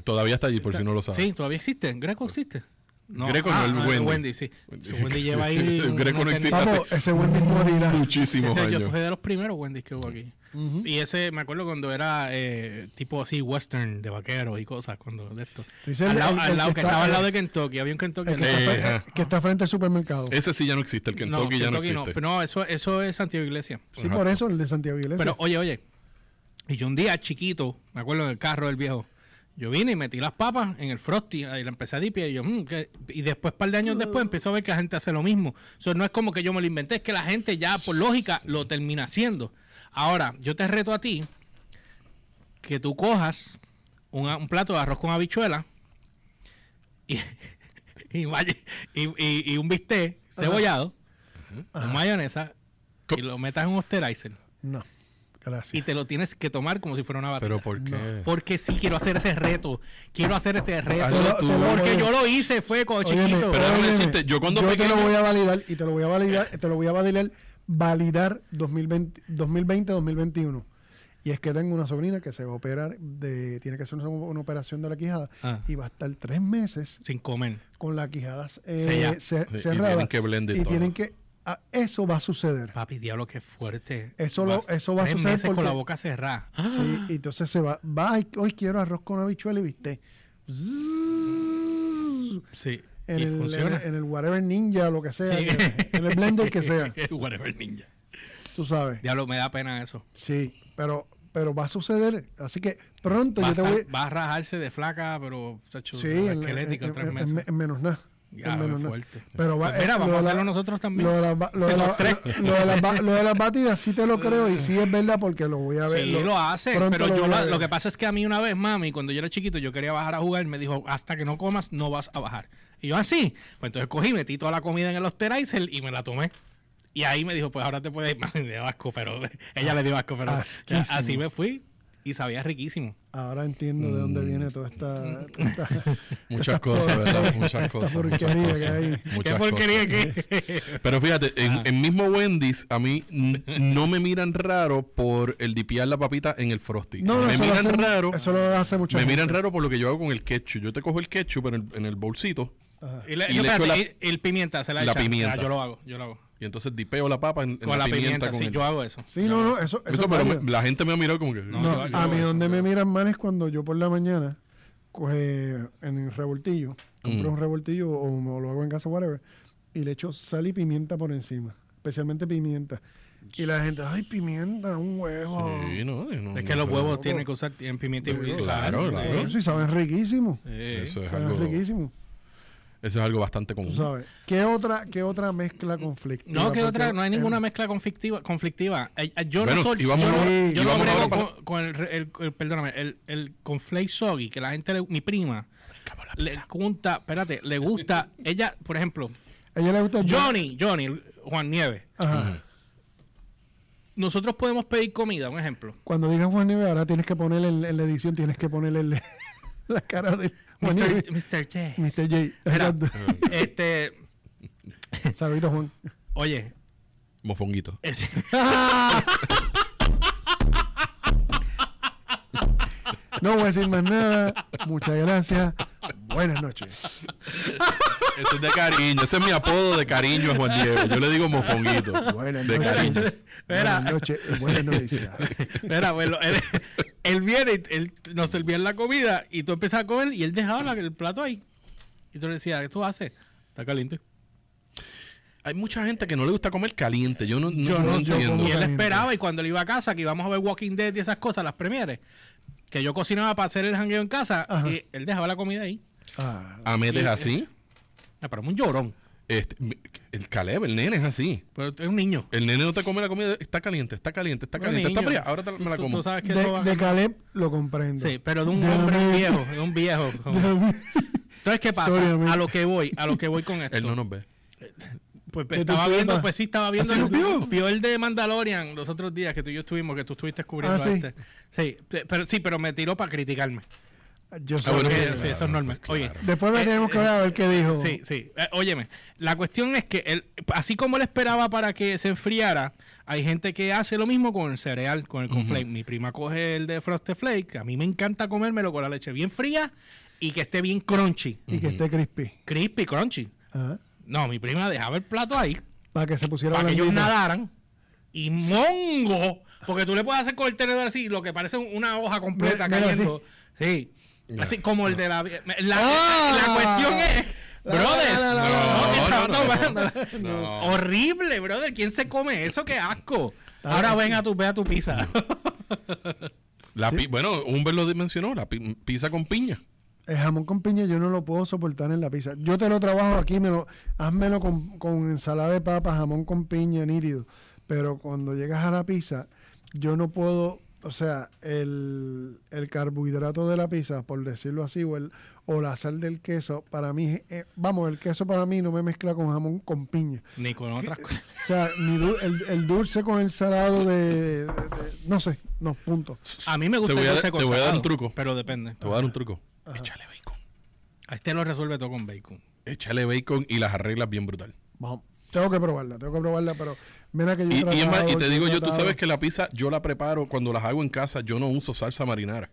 Speaker 3: Todavía está allí, por si no lo sabes.
Speaker 1: Sí, todavía existe. Greco existe.
Speaker 3: Greco no, el Wendy.
Speaker 1: sí. Sí, Wendy lleva ahí.
Speaker 3: El
Speaker 1: un-
Speaker 3: Greco no
Speaker 1: unos
Speaker 3: existe.
Speaker 1: tenis-
Speaker 3: hace
Speaker 2: Papo, ese Wendy morirá.
Speaker 1: Sí,
Speaker 3: Muchísimos
Speaker 1: sí, yo
Speaker 3: años.
Speaker 1: fui de los primeros Wendy's que hubo aquí.
Speaker 2: Ujú.
Speaker 1: Y ese, me acuerdo cuando era eh, tipo así western de vaqueros y cosas, cuando de esto.
Speaker 2: Dice el-
Speaker 1: Al lado,
Speaker 2: el-
Speaker 1: al
Speaker 2: el
Speaker 1: lado
Speaker 2: que
Speaker 1: que
Speaker 2: está-
Speaker 1: estaba al lado de Kentucky, había un Kentucky.
Speaker 2: El
Speaker 1: al
Speaker 2: que,
Speaker 1: lado.
Speaker 3: Eh,
Speaker 2: está, fre-
Speaker 3: ajá.
Speaker 2: que está frente al supermercado.
Speaker 3: Ese sí ya no existe, el Kentucky, ya no
Speaker 1: Kentucky
Speaker 3: existe.
Speaker 1: pero no, eso, eso es Santiago Iglesia.
Speaker 2: sí, por eso el de Santiago Iglesias.
Speaker 1: Pero oye, oye. Y yo un día chiquito, me acuerdo en el carro del viejo, yo vine y metí las papas en el Frosty y la empecé a dipiar y yo, "Mm, ¿qué?". y después, par de años después, empiezo a ver que la gente hace lo mismo. Eso no es como que yo me lo inventé, es que la gente ya por lógica lo termina haciendo. Ahora, yo te reto a ti que tú cojas un, un plato de arroz con habichuela y, y, may- y- y- y un bistec cebollado, con mayonesa,
Speaker 3: Co-
Speaker 1: y lo metas en un osterizer
Speaker 2: No,
Speaker 1: y
Speaker 2: gracias.
Speaker 1: te lo tienes que tomar como si fuera una batida.
Speaker 3: Pero eh. ¿por qué?
Speaker 1: Porque sí quiero hacer ese reto. Quiero hacer ese
Speaker 3: Ah,
Speaker 1: reto.
Speaker 3: Hazlo tú.
Speaker 1: porque
Speaker 2: Óyeme.
Speaker 1: yo lo hice, fue cuando
Speaker 2: Óyeme,
Speaker 1: chiquito.
Speaker 3: Pero déjame
Speaker 2: óyeme,
Speaker 3: decirte, yo cuando
Speaker 2: te
Speaker 3: pequeño-
Speaker 2: lo voy a validar y te lo voy a validar, te lo voy a validar, validar 2020 2020-2021. Y es que tengo una sobrina que se va a operar, de, tiene que hacer una, una operación de la quijada
Speaker 1: Ah.
Speaker 2: y va a estar tres meses
Speaker 1: Sin comer.
Speaker 2: con la quijada eh,
Speaker 1: Sella.
Speaker 2: ce-
Speaker 3: Y- y
Speaker 2: cerrada.
Speaker 3: tienen que blender
Speaker 2: Y
Speaker 3: todo. Ah.
Speaker 2: tienen que- ah, eso va a suceder.
Speaker 1: Papi, diablo, qué fuerte.
Speaker 2: Eso lo-
Speaker 1: Vas
Speaker 2: eso va a
Speaker 1: tres
Speaker 2: suceder
Speaker 1: meses con
Speaker 2: porque-
Speaker 1: la boca cerrada.
Speaker 2: Sí, y entonces se va, va, "Ay, hoy quiero arroz con habichuela y viste.
Speaker 1: Sí.
Speaker 2: en,
Speaker 1: y
Speaker 2: el,
Speaker 1: funciona.
Speaker 2: en el- en el whatever ninja, lo que sea,
Speaker 1: Sí.
Speaker 2: que- en el blender que sea,
Speaker 1: Whatever, ninja.
Speaker 2: tú sabes.
Speaker 1: Diablo, me da pena eso.
Speaker 2: Sí, pero, pero va a suceder. Así que pronto
Speaker 1: Va a,
Speaker 2: yo te
Speaker 1: estar-
Speaker 2: voy.
Speaker 1: va a rajarse de flaca, pero chacho,
Speaker 2: Sí, en,
Speaker 1: esquelética
Speaker 2: en-
Speaker 1: tres
Speaker 2: en-
Speaker 1: meses.
Speaker 2: en- en menos nada.
Speaker 1: Ya,
Speaker 2: en menos
Speaker 1: qué
Speaker 2: nada.
Speaker 1: fuerte.
Speaker 2: Pero va-
Speaker 1: Pues mira,
Speaker 2: eh,
Speaker 1: vamos
Speaker 2: lo
Speaker 1: a
Speaker 2: de la-
Speaker 1: hacerlo nosotros también.
Speaker 2: Lo de, las ba- lo de
Speaker 1: Los
Speaker 2: la-
Speaker 1: tres.
Speaker 2: lo de las ba- lo de las batidas sí te lo creo y sí es verdad porque lo voy a ver.
Speaker 1: Sí, lo, hace,
Speaker 2: pronto
Speaker 1: pero yo
Speaker 2: voy a
Speaker 1: lo,
Speaker 2: ver.
Speaker 1: lo que pasa es que a mí una vez, mami, cuando yo era chiquito, yo quería bajar a jugar y me dijo, hasta que no comas, no vas a bajar. Y yo, así, pues entonces cogí, metí toda la comida en el osterizer y me la tomé. Y ahí me dijo, pues ahora te puedes ir. Me dio asco, pero ella le dio asco, pero
Speaker 2: Asquísimo.
Speaker 1: así me fui y sabía riquísimo.
Speaker 2: Ahora entiendo de
Speaker 1: Mm.
Speaker 2: dónde viene toda esta. esta-
Speaker 3: Muchas
Speaker 2: estas
Speaker 3: cosas,
Speaker 2: porquerías-
Speaker 3: ¿verdad? Muchas cosas. muchas
Speaker 2: porquería que
Speaker 3: cosas,
Speaker 2: hay.
Speaker 1: ¿Qué
Speaker 3: muchas
Speaker 1: porquería
Speaker 3: cosas.
Speaker 1: que?
Speaker 3: Pero fíjate, en,
Speaker 1: Ajá.
Speaker 3: en mismo Wendy's, a mí n- no me miran raro por el dipiar la papita en el Frosty.
Speaker 2: No, no,
Speaker 3: me
Speaker 2: eso lo
Speaker 3: miran
Speaker 2: hacen-
Speaker 3: raro.
Speaker 2: Eso lo hace mucho.
Speaker 3: Me miran raro por lo que yo hago con el ketchup. Yo te cojo el ketchup en el, en el bolsito
Speaker 1: y le,
Speaker 3: Y
Speaker 1: no,
Speaker 3: le
Speaker 1: espérate,
Speaker 3: echo la-
Speaker 1: y- y el pimienta, se la,
Speaker 3: la
Speaker 1: echa.
Speaker 3: pimienta.
Speaker 1: Ah, yo lo hago, yo lo hago.
Speaker 3: y entonces dipeo la papa en, en
Speaker 1: Con la, pimienta,
Speaker 3: con
Speaker 1: sí,
Speaker 3: el-
Speaker 1: yo hago eso.
Speaker 2: Sí, no, no, eso.
Speaker 3: Eso,
Speaker 2: es
Speaker 3: pero
Speaker 2: válido.
Speaker 3: me- la gente me ha mirado como que... "Ah,
Speaker 1: No,
Speaker 2: No,
Speaker 1: yo
Speaker 2: a
Speaker 1: hago
Speaker 2: mí
Speaker 1: eso,
Speaker 2: donde
Speaker 1: yo
Speaker 2: me
Speaker 1: hago.
Speaker 2: miran mal es cuando yo por la mañana coge en el revoltillo, compro
Speaker 3: Mm.
Speaker 2: un revoltillo o, o lo hago en casa, whatever, y le echo sal y pimienta por encima, especialmente pimienta. Y la gente, ay, pimienta, un huevo.
Speaker 3: Sí, no, no,
Speaker 1: Es
Speaker 3: no,
Speaker 1: que los
Speaker 3: no.
Speaker 1: huevos tienen que usar en pimienta y
Speaker 3: Claro,
Speaker 1: sal.
Speaker 3: claro.
Speaker 2: Sí, saben riquísimo.
Speaker 1: Eh,
Speaker 3: Eso es,
Speaker 2: Saben
Speaker 3: algo, eso
Speaker 2: riquísimo,
Speaker 3: es algo bastante
Speaker 2: tú
Speaker 3: común.
Speaker 2: sabes. ¿Qué otra, qué otra mezcla conflictiva?
Speaker 1: No, que
Speaker 2: Porque
Speaker 1: otra, no hay ninguna
Speaker 2: el-
Speaker 1: mezcla conflictiva. conflictiva. Eh, eh, Yo no
Speaker 3: Bueno,
Speaker 1: soy,
Speaker 3: y vamos
Speaker 1: yo no- yo
Speaker 2: ahora-
Speaker 3: y
Speaker 1: no
Speaker 3: vamos
Speaker 1: brego
Speaker 3: ahora para-
Speaker 1: con, con el, el- el- perdóname, el, el con Flay Soggy, que la gente, le- mi prima, le junta, espérate, le gusta, ella, por ejemplo,
Speaker 2: A ella le gusta el-
Speaker 1: Johnny, Johnny, el- Juan Nieves,
Speaker 2: Ajá.
Speaker 1: nosotros podemos pedir comida, un ejemplo.
Speaker 2: Cuando digas Juan Nieves, ahora tienes que ponerle en, en la edición, tienes que ponerle en la- la cara de Juan Nieves.
Speaker 1: Mr. Mr. J.
Speaker 2: Mr. J.
Speaker 1: Mira.
Speaker 2: Exacto.
Speaker 1: Este,
Speaker 2: Saluditos, Juan.
Speaker 1: oye,
Speaker 3: Mofonguito.
Speaker 1: es-
Speaker 2: No voy a decir más nada. Muchas gracias. Buenas noches.
Speaker 3: Eso es de cariño. Ese es mi apodo de cariño a Juan Diego. Yo le digo mofonguito.
Speaker 2: Buenas
Speaker 3: de cariño.
Speaker 2: noches. Buenas noches. y Buenas noticias.
Speaker 1: Mira, pues, lo- él, él viene, y él nos servía la comida y tú empezabas a comer y él dejaba la- el plato ahí. Y tú le decías, ¿qué tú haces? Está caliente.
Speaker 3: Hay mucha gente que no le gusta comer caliente. Yo no, no-
Speaker 1: Yo
Speaker 3: no
Speaker 1: no, yo
Speaker 3: entiendo.
Speaker 1: como- Y él
Speaker 2: Caliente.
Speaker 1: esperaba y cuando le iba a casa, que íbamos a ver Walking Dead y esas cosas, las premieres, que yo cocinaba para hacer el jangueo en casa,
Speaker 2: Ajá.
Speaker 1: y él dejaba la comida ahí.
Speaker 2: Ah,
Speaker 3: Ahmed es así.
Speaker 1: Ah, pero es un llorón.
Speaker 3: Este, el Caleb, el nene es así.
Speaker 1: Pero es un niño.
Speaker 3: El nene no te come la comida. Está caliente, está caliente, está
Speaker 1: Bueno,
Speaker 3: caliente. Está
Speaker 1: niño.
Speaker 3: fría. Ahora te- me la
Speaker 1: Tú-
Speaker 3: como.
Speaker 1: Tú sabes que eso va
Speaker 2: de,
Speaker 1: a cambiar.
Speaker 2: de Caleb lo comprendo.
Speaker 1: Sí, pero de un
Speaker 2: De
Speaker 1: hombre
Speaker 2: América.
Speaker 1: viejo, de un viejo. Entonces, ¿qué pasa?
Speaker 2: Sorry, amigo.
Speaker 1: a lo que voy, a lo que voy con esto.
Speaker 3: Él no nos ve.
Speaker 1: Pues
Speaker 2: Que
Speaker 1: estaba
Speaker 2: tú sepas.
Speaker 1: viendo, pues sí, estaba viendo.
Speaker 2: ¿Así
Speaker 1: El,
Speaker 2: lo vio?
Speaker 1: vio el de Mandalorian los otros días que tú y yo estuvimos, que tú estuviste cubriendo
Speaker 2: Ah, sí.
Speaker 1: este. Sí, pe- pero, sí, pero me tiró para criticarme.
Speaker 2: Yo
Speaker 3: Ah,
Speaker 2: soy
Speaker 3: bueno,
Speaker 1: Porque,
Speaker 3: claro,
Speaker 1: sí, eso es normal.
Speaker 3: claro.
Speaker 1: Oye,
Speaker 2: Después Pues, me
Speaker 1: Eh,
Speaker 2: tenemos que hablar a ver qué dijo.
Speaker 1: Sí, sí. Eh, óyeme, la cuestión es que él, así como él esperaba para que se enfriara, hay gente que hace lo mismo con el cereal, con el conflake. Mi prima coge el de Frosted Flake, que a mí me encanta comérmelo con la leche bien fría y que esté bien crunchy.
Speaker 3: Mm.
Speaker 2: Y que esté crispy.
Speaker 1: Crispy, crunchy.
Speaker 2: Ajá.
Speaker 1: No, mi prima dejaba el plato ahí
Speaker 2: Para que se pusiera
Speaker 1: para que ellos
Speaker 2: blandito.
Speaker 1: nadaran y mongo, porque tú le puedes hacer con el tenedor así, lo que parece una hoja completa
Speaker 2: Mira, mira,
Speaker 1: cayendo. Sí. Así como el de la. La, la
Speaker 2: Ah.
Speaker 1: cuestión es.
Speaker 2: La,
Speaker 1: Brother,
Speaker 2: la, la, la,
Speaker 1: no,
Speaker 2: la,
Speaker 1: que
Speaker 3: la,
Speaker 1: estaba
Speaker 3: no, no,
Speaker 1: tomando.
Speaker 3: no, no.
Speaker 1: Oh, Horrible, brother. ¿Quién se come eso? ¡Qué asco!
Speaker 2: Ah.
Speaker 1: Ahora ven a tu, ve a tu pizza.
Speaker 3: La pi- bueno, Humbert lo mencionó. La pi- pizza con piña.
Speaker 2: El jamón con piña yo no lo puedo soportar en la pizza. Yo te lo trabajo aquí, me lo, házmelo con, con ensalada de papa, jamón con piña, nítido. Pero cuando llegas a la pizza, yo no puedo, o sea, el, el carbohidrato de la pizza, por decirlo así, o, el, o la sal del queso, para mí, eh, vamos, el queso para mí no me mezcla con jamón con piña.
Speaker 1: Ni con otras cosas.
Speaker 2: O sea, ni du- el, el dulce con el salado de, de- de- no sé, no, punto.
Speaker 1: A mí me gusta
Speaker 3: Te voy a
Speaker 1: el
Speaker 3: dar-
Speaker 1: dulce con
Speaker 3: te voy a dar un
Speaker 1: salado,
Speaker 3: truco.
Speaker 1: Pero depende.
Speaker 3: Te voy a dar un truco.
Speaker 2: Ajá.
Speaker 3: Échale bacon.
Speaker 1: A este lo resuelve todo con bacon.
Speaker 3: Échale bacon y las arreglas bien brutal.
Speaker 2: Vamos. Tengo que probarla, tengo que probarla, pero mira que yo he
Speaker 3: Y, y es más,
Speaker 2: tratado,
Speaker 3: y te
Speaker 2: he
Speaker 3: digo yo, tú
Speaker 2: tratado.
Speaker 3: sabes que la pizza yo la preparo cuando las hago en casa, yo no uso salsa marinara,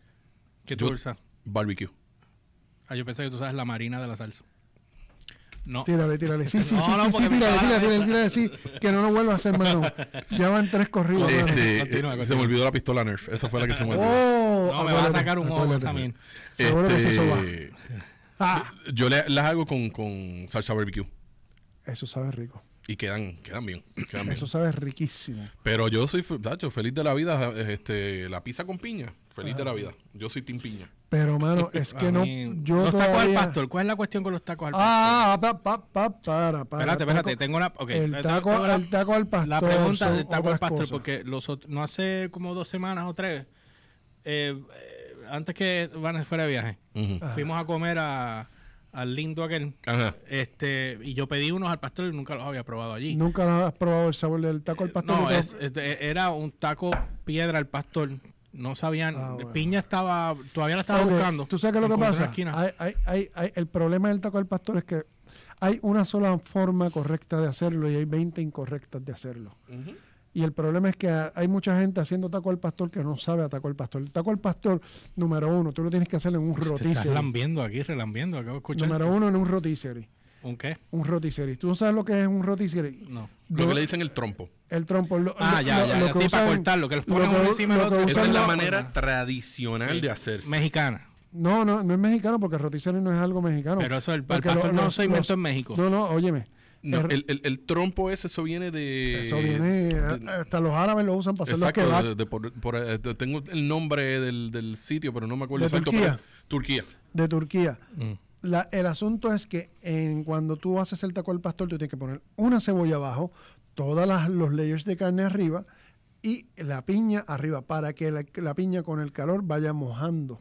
Speaker 1: Qué
Speaker 3: Yo-
Speaker 1: dulce.
Speaker 3: barbecue.
Speaker 1: Ah, yo pensé que tú sabes la marina de la salsa. No.
Speaker 2: Tírale, tírale. Sí, sí,
Speaker 1: No,
Speaker 2: sí,
Speaker 1: no,
Speaker 2: sí, sí,
Speaker 1: porque me
Speaker 2: tírale,
Speaker 1: cago en la
Speaker 2: tírale, tírale,
Speaker 1: mesa.
Speaker 2: tírale, sí. Que no lo vuelva a hacer, mano. Ya van tres corridos. mano.
Speaker 3: Este,
Speaker 1: continúa,
Speaker 3: eh, Se me
Speaker 1: continúa.
Speaker 3: olvidó la pistola Nerf, esa fue la que se me olvidó.
Speaker 1: No,
Speaker 2: Oh,
Speaker 1: me vas a
Speaker 2: acuérdate,
Speaker 1: sacar un ojo
Speaker 2: acuérdate.
Speaker 1: también.
Speaker 2: Seguro que sí,
Speaker 3: Este,
Speaker 2: eso va. Ah,
Speaker 3: Yo le- las hago con, con salsa barbecue
Speaker 2: eso sabe rico.
Speaker 3: y quedan, quedan bien, quedan bien.
Speaker 2: Eso sabe riquísimo.
Speaker 3: Pero yo soy fe- tacho, feliz de la vida, eh, este, la pizza con piña, feliz
Speaker 2: Ah.
Speaker 3: de la vida. Yo soy team piña.
Speaker 2: Pero, mano, es que
Speaker 1: A
Speaker 2: no.
Speaker 1: mí-
Speaker 2: Yo
Speaker 1: los tacos al
Speaker 2: todavía.
Speaker 1: pastor. ¿Cuál es la cuestión con los tacos al pastor?
Speaker 2: Ah, ah, pa, pa, pa, para, para.
Speaker 1: espérate, espérate.
Speaker 2: taco-
Speaker 1: Tengo una. ok,
Speaker 2: El
Speaker 1: tengo-
Speaker 2: taco,
Speaker 1: tengo la-
Speaker 2: el taco al pastor.
Speaker 1: La pregunta
Speaker 2: son
Speaker 1: del taco al
Speaker 2: otras
Speaker 1: pastor,
Speaker 2: cosas.
Speaker 1: porque los ot- no hace como dos semanas o tres, eh, eh, antes que van fuera de viaje,
Speaker 3: Ujú.
Speaker 2: Ajá.
Speaker 1: fuimos a comer a- al lindo aquel.
Speaker 3: Ah. Ajá.
Speaker 1: Este, y yo pedí unos al pastor y nunca los había probado allí.
Speaker 2: Nunca has probado el sabor del taco al pastor.
Speaker 1: Eh, No,
Speaker 2: Yo-
Speaker 1: es- este, era un taco piedra al pastor. No sabían.
Speaker 2: Ah, bueno.
Speaker 1: Piña estaba. Todavía la estaba
Speaker 2: Ok,
Speaker 1: buscando.
Speaker 2: ¿Tú sabes qué es lo que
Speaker 1: Encontré en la
Speaker 2: pasa?
Speaker 1: esquina.
Speaker 2: Hay- hay- hay- hay- el problema del taco al pastor es que hay una sola forma correcta de hacerlo y hay 20 incorrectas de hacerlo. Y el problema es que ha- hay mucha gente haciendo taco al pastor que no sabe a taco al pastor. El taco al pastor, número uno, tú lo tienes que hacer en un
Speaker 1: Te estás
Speaker 2: rotisserie.
Speaker 1: lambiendo aquí, relambiendo. Acabo de escuchar.
Speaker 2: Número uno, en un rotisserie.
Speaker 1: ¿Un qué?
Speaker 2: Un rotisserie. ¿Tú no sabes lo que es un rotisserie?
Speaker 1: No.
Speaker 3: Lo
Speaker 2: Yo-
Speaker 3: que le dicen el trompo.
Speaker 2: El trompo. lo-
Speaker 1: Ah,
Speaker 2: lo-
Speaker 1: ya,
Speaker 2: lo-
Speaker 1: ya,
Speaker 2: lo
Speaker 1: ya,
Speaker 2: que
Speaker 1: sí, para
Speaker 2: usan-
Speaker 1: cortarlo, que los ponen
Speaker 2: que
Speaker 1: uno
Speaker 2: u-
Speaker 1: encima del
Speaker 2: lo que
Speaker 1: otro.
Speaker 3: Esa
Speaker 1: Usan
Speaker 3: es la
Speaker 1: la-
Speaker 3: manera tradicional de hacerse.
Speaker 1: Mexicana.
Speaker 2: No, no, no es mexicano porque el rotisserie no es algo mexicano.
Speaker 1: Pero eso, el- el
Speaker 2: Porque
Speaker 1: pastor no
Speaker 2: los-
Speaker 1: se inventó
Speaker 2: los-
Speaker 1: en México.
Speaker 2: No, no, óyeme.
Speaker 3: No,
Speaker 2: el-
Speaker 3: el, el- el trompo ese, eso viene de...
Speaker 2: Eso viene, eh,
Speaker 3: de-
Speaker 2: hasta los árabes lo usan para hacer los
Speaker 3: Exacto,
Speaker 2: kebab.
Speaker 3: de- de por- por- eh, de- tengo el nombre del, del sitio, pero no me acuerdo
Speaker 2: ¿De
Speaker 3: exacto.
Speaker 2: Turquía?
Speaker 3: pero- Turquía.
Speaker 2: de Turquía. La- el asunto es que en, cuando tú haces el taco al pastor, tú tienes que poner una cebolla abajo, todas las- los layers de carne arriba y la piña arriba para que la, la piña con el calor vaya mojando.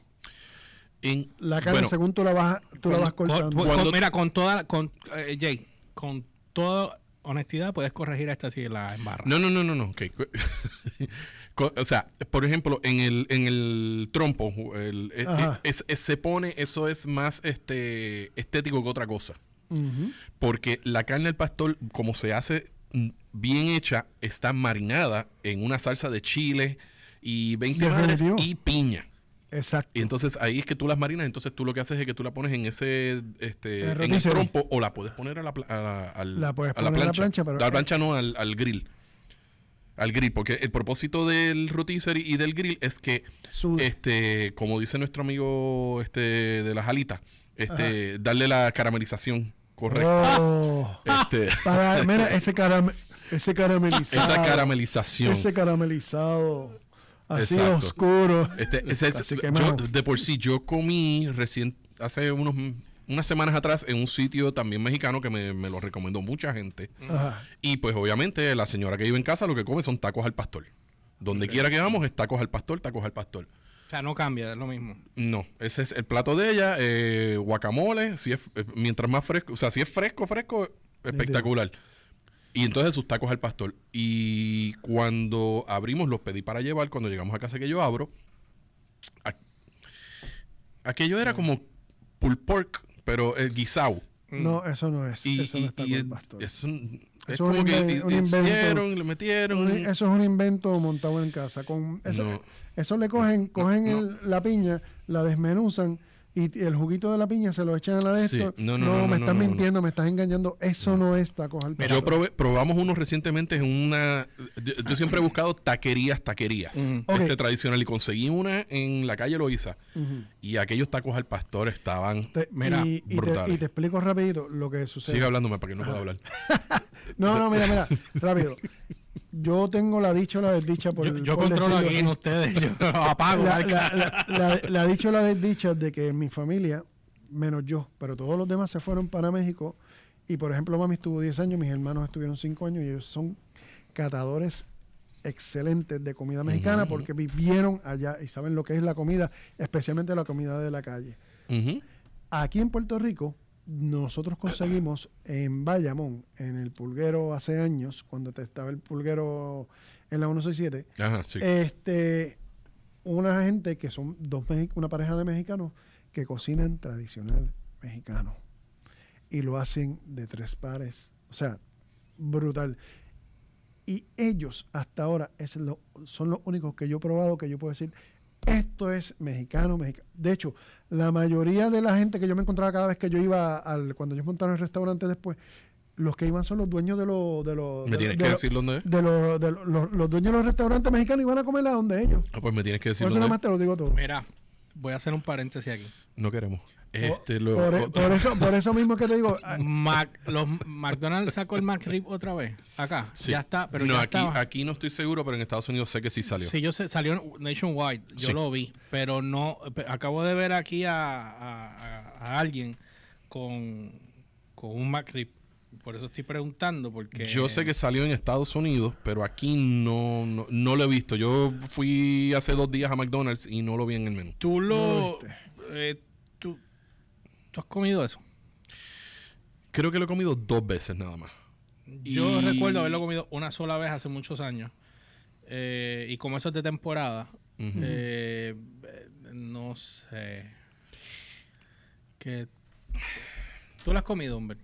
Speaker 3: En-
Speaker 2: La carne,
Speaker 3: bueno,
Speaker 2: según tú la vas, tú la vas
Speaker 1: Con-
Speaker 2: cortando.
Speaker 1: con-
Speaker 3: Cuando-
Speaker 1: mira, con toda. la- Con, eh, Jay, con toda honestidad puedes corregir esta si la embarra.
Speaker 3: No, no, no, no, no. ok. Co- o sea, por ejemplo, en el, en el trompo, el- eh,
Speaker 2: Ajá.
Speaker 3: eh, es- es- se pone, eso es más este estético que otra cosa.
Speaker 2: Ujú.
Speaker 3: Porque la carne del pastor, como se hace mm, bien hecha, está marinada en una salsa de chile y 20 madres
Speaker 2: Definitivo.
Speaker 3: y piña.
Speaker 2: Exacto.
Speaker 3: Y entonces ahí es que tú las marinas, entonces tú lo que haces es que tú la pones en ese, este,
Speaker 2: El
Speaker 3: en el
Speaker 2: rotisserie.
Speaker 3: trompo o la puedes poner a la, pla- a la- al-
Speaker 2: La puedes
Speaker 3: a la
Speaker 2: poner a la
Speaker 3: plancha.
Speaker 2: plancha, pero-
Speaker 3: La plancha no, al, al grill. Al grill, porque el propósito del rotisserie y del grill es que,
Speaker 2: Suda.
Speaker 3: este, como dice nuestro amigo este, de las alitas, este, darle la caramelización correcta.
Speaker 2: Oh.
Speaker 3: Este,
Speaker 2: Para, mira, ese, carame- ese caramelizado.
Speaker 3: esa caramelización.
Speaker 2: Ese caramelizado. Así
Speaker 3: Exacto.
Speaker 2: oscuro.
Speaker 3: Este, ese-
Speaker 2: Así
Speaker 3: yo-
Speaker 2: quemado.
Speaker 3: de por sí, yo comí recién, hace unos, unas semanas atrás en un sitio también mexicano que me, me lo recomendó mucha gente.
Speaker 2: Ajá.
Speaker 3: Y pues obviamente la señora que vive en casa lo que come son tacos al pastor. Donde quiera que vamos es tacos al pastor, tacos al pastor.
Speaker 1: O sea, no cambia, es lo mismo.
Speaker 3: No, ese es el plato de ella, eh, guacamole, si es, eh, mientras más fresco, o sea, si es fresco, fresco, espectacular. Y entonces sus tacos al pastor. Y cuando abrimos, los pedí para llevar, cuando llegamos a casa que yo abro, a- aquello era como pulled pork, pero eh, guisado.
Speaker 2: No, eso no es.
Speaker 3: Y,
Speaker 2: eso no
Speaker 3: y-
Speaker 2: está
Speaker 3: y
Speaker 2: con el
Speaker 3: es-
Speaker 2: pastor.
Speaker 3: es un- es
Speaker 2: es un
Speaker 3: como que
Speaker 2: inven- un
Speaker 3: le
Speaker 2: invento.
Speaker 3: hicieron, le metieron.
Speaker 2: Un- eso es un invento montado en casa. Con eso,
Speaker 3: No.
Speaker 2: eso le cogen, cogen el- la piña, la desmenuzan y t- el juguito de la piña se lo echan a la de
Speaker 3: Sí.
Speaker 2: esto.
Speaker 3: No, no, no, no,
Speaker 2: me estás
Speaker 3: no, no,
Speaker 2: mintiendo, me estás engañando. Eso no, es tacos al pastor.
Speaker 3: Yo probé- probamos unos recientemente en una. Yo, yo siempre he buscado taquerías, taquerías.
Speaker 1: Ujú.
Speaker 3: Este
Speaker 2: Ok.
Speaker 3: tradicional. Y conseguí una en la calle Loiza.
Speaker 2: Ujú.
Speaker 3: Y aquellos tacos al pastor estaban.
Speaker 2: Te-
Speaker 1: Mira,
Speaker 2: y, y te,
Speaker 3: brutales.
Speaker 2: y te explico rapidito lo que sucede.
Speaker 3: Sigue hablándome para que no pueda hablar.
Speaker 2: No, no, mira, mira, rápido. Yo tengo la dicha o la desdicha por
Speaker 1: yo yo
Speaker 2: por
Speaker 1: controlo
Speaker 2: decirlo
Speaker 1: aquí en ustedes, yo los apago.
Speaker 2: La,
Speaker 1: marca.
Speaker 2: la, la- la- la dicha o la desdicha de que en mi familia, menos yo, pero todos los demás se fueron para México. Y por ejemplo, mami estuvo 10 años, mis hermanos estuvieron 5 años y ellos son catadores excelentes de comida mexicana
Speaker 3: Ujú.
Speaker 2: porque vivieron allá y saben lo que es la comida, especialmente la comida de la calle.
Speaker 3: Ujú.
Speaker 2: Aquí en Puerto Rico, nosotros conseguimos en Bayamón, en el pulguero hace años, cuando te- estaba el pulguero en la 167,
Speaker 3: Ajá, sí.
Speaker 1: Eh,
Speaker 2: este, una gente que son dos mexi- una pareja de mexicanos que cocinan tradicional mexicano y lo hacen de tres pares, o sea, brutal. Y ellos hasta ahora es lo- son los únicos que yo he probado que yo puedo decir esto es mexicano, mexicano. De hecho, la mayoría de la gente que yo me encontraba cada vez que yo iba al cuando yo montaba el restaurante después, los que iban son los dueños de los de los
Speaker 3: me
Speaker 2: de-
Speaker 3: tienes
Speaker 2: de
Speaker 3: que
Speaker 2: los-
Speaker 3: decir dónde es.
Speaker 2: de, los- de los- los, los dueños de los restaurantes mexicanos iban a comer a donde ellos.
Speaker 3: Ah, pues me tienes que decir
Speaker 2: Por eso
Speaker 3: dónde
Speaker 2: nada
Speaker 3: es.
Speaker 2: más te lo digo todo.
Speaker 1: Mira, voy a hacer un paréntesis aquí.
Speaker 3: No queremos.
Speaker 1: Oh,
Speaker 3: Este, lo-
Speaker 2: por, e- por eso, por eso mismo que te digo, ah,
Speaker 1: Mac- los McDonald's sacó el McRib otra vez. Acá.
Speaker 3: sí.
Speaker 1: e-, Ya está. Pero
Speaker 3: no,
Speaker 1: ya
Speaker 3: aquí,
Speaker 1: estaba.
Speaker 3: aquí no estoy seguro, pero en Estados Unidos sé que sí salió.
Speaker 1: Sí, yo sé, salió Nationwide, yo
Speaker 3: Sí.
Speaker 1: lo vi, pero no, pe- acabo de ver aquí a, a- a- a alguien con, con un McRib, por eso estoy preguntando, porque...
Speaker 3: Yo sé que salió en Estados Unidos, pero aquí no, no, no lo he visto. Yo fui hace dos días a McDonald's y no lo vi en el menú.
Speaker 1: Tú
Speaker 2: No lo
Speaker 1: lo...
Speaker 2: viste.
Speaker 1: eh, tú, tú has comido eso.
Speaker 3: Creo que lo he comido dos veces nada más.
Speaker 1: Yo
Speaker 3: Y-
Speaker 1: recuerdo haberlo comido una sola vez hace muchos años, eh, y como eso es de temporada,
Speaker 3: Ujú.
Speaker 1: eh, eh, no sé... Que... ¿Tú lo has comido, hombre?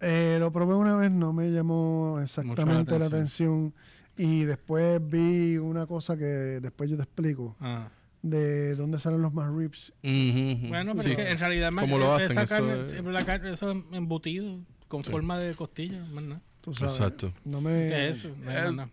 Speaker 2: eh, lo probé una vez, no me llamó exactamente la atención. Y después vi una cosa que después yo te explico,
Speaker 1: Ah.
Speaker 2: de dónde salen los más ribs.
Speaker 3: Ujú, ujú.
Speaker 1: Bueno, pero
Speaker 3: Sí.
Speaker 1: es que en realidad más-
Speaker 3: ¿Cómo lo
Speaker 1: esa
Speaker 3: hacen? Eso
Speaker 1: carne,
Speaker 3: es-
Speaker 1: sí, la carne, eso es embutido con forma de costilla, más nada.
Speaker 2: Tú sabes.
Speaker 3: Exacto.
Speaker 2: No me...
Speaker 1: ¿Qué es eso? No,
Speaker 3: eh,
Speaker 1: no, no.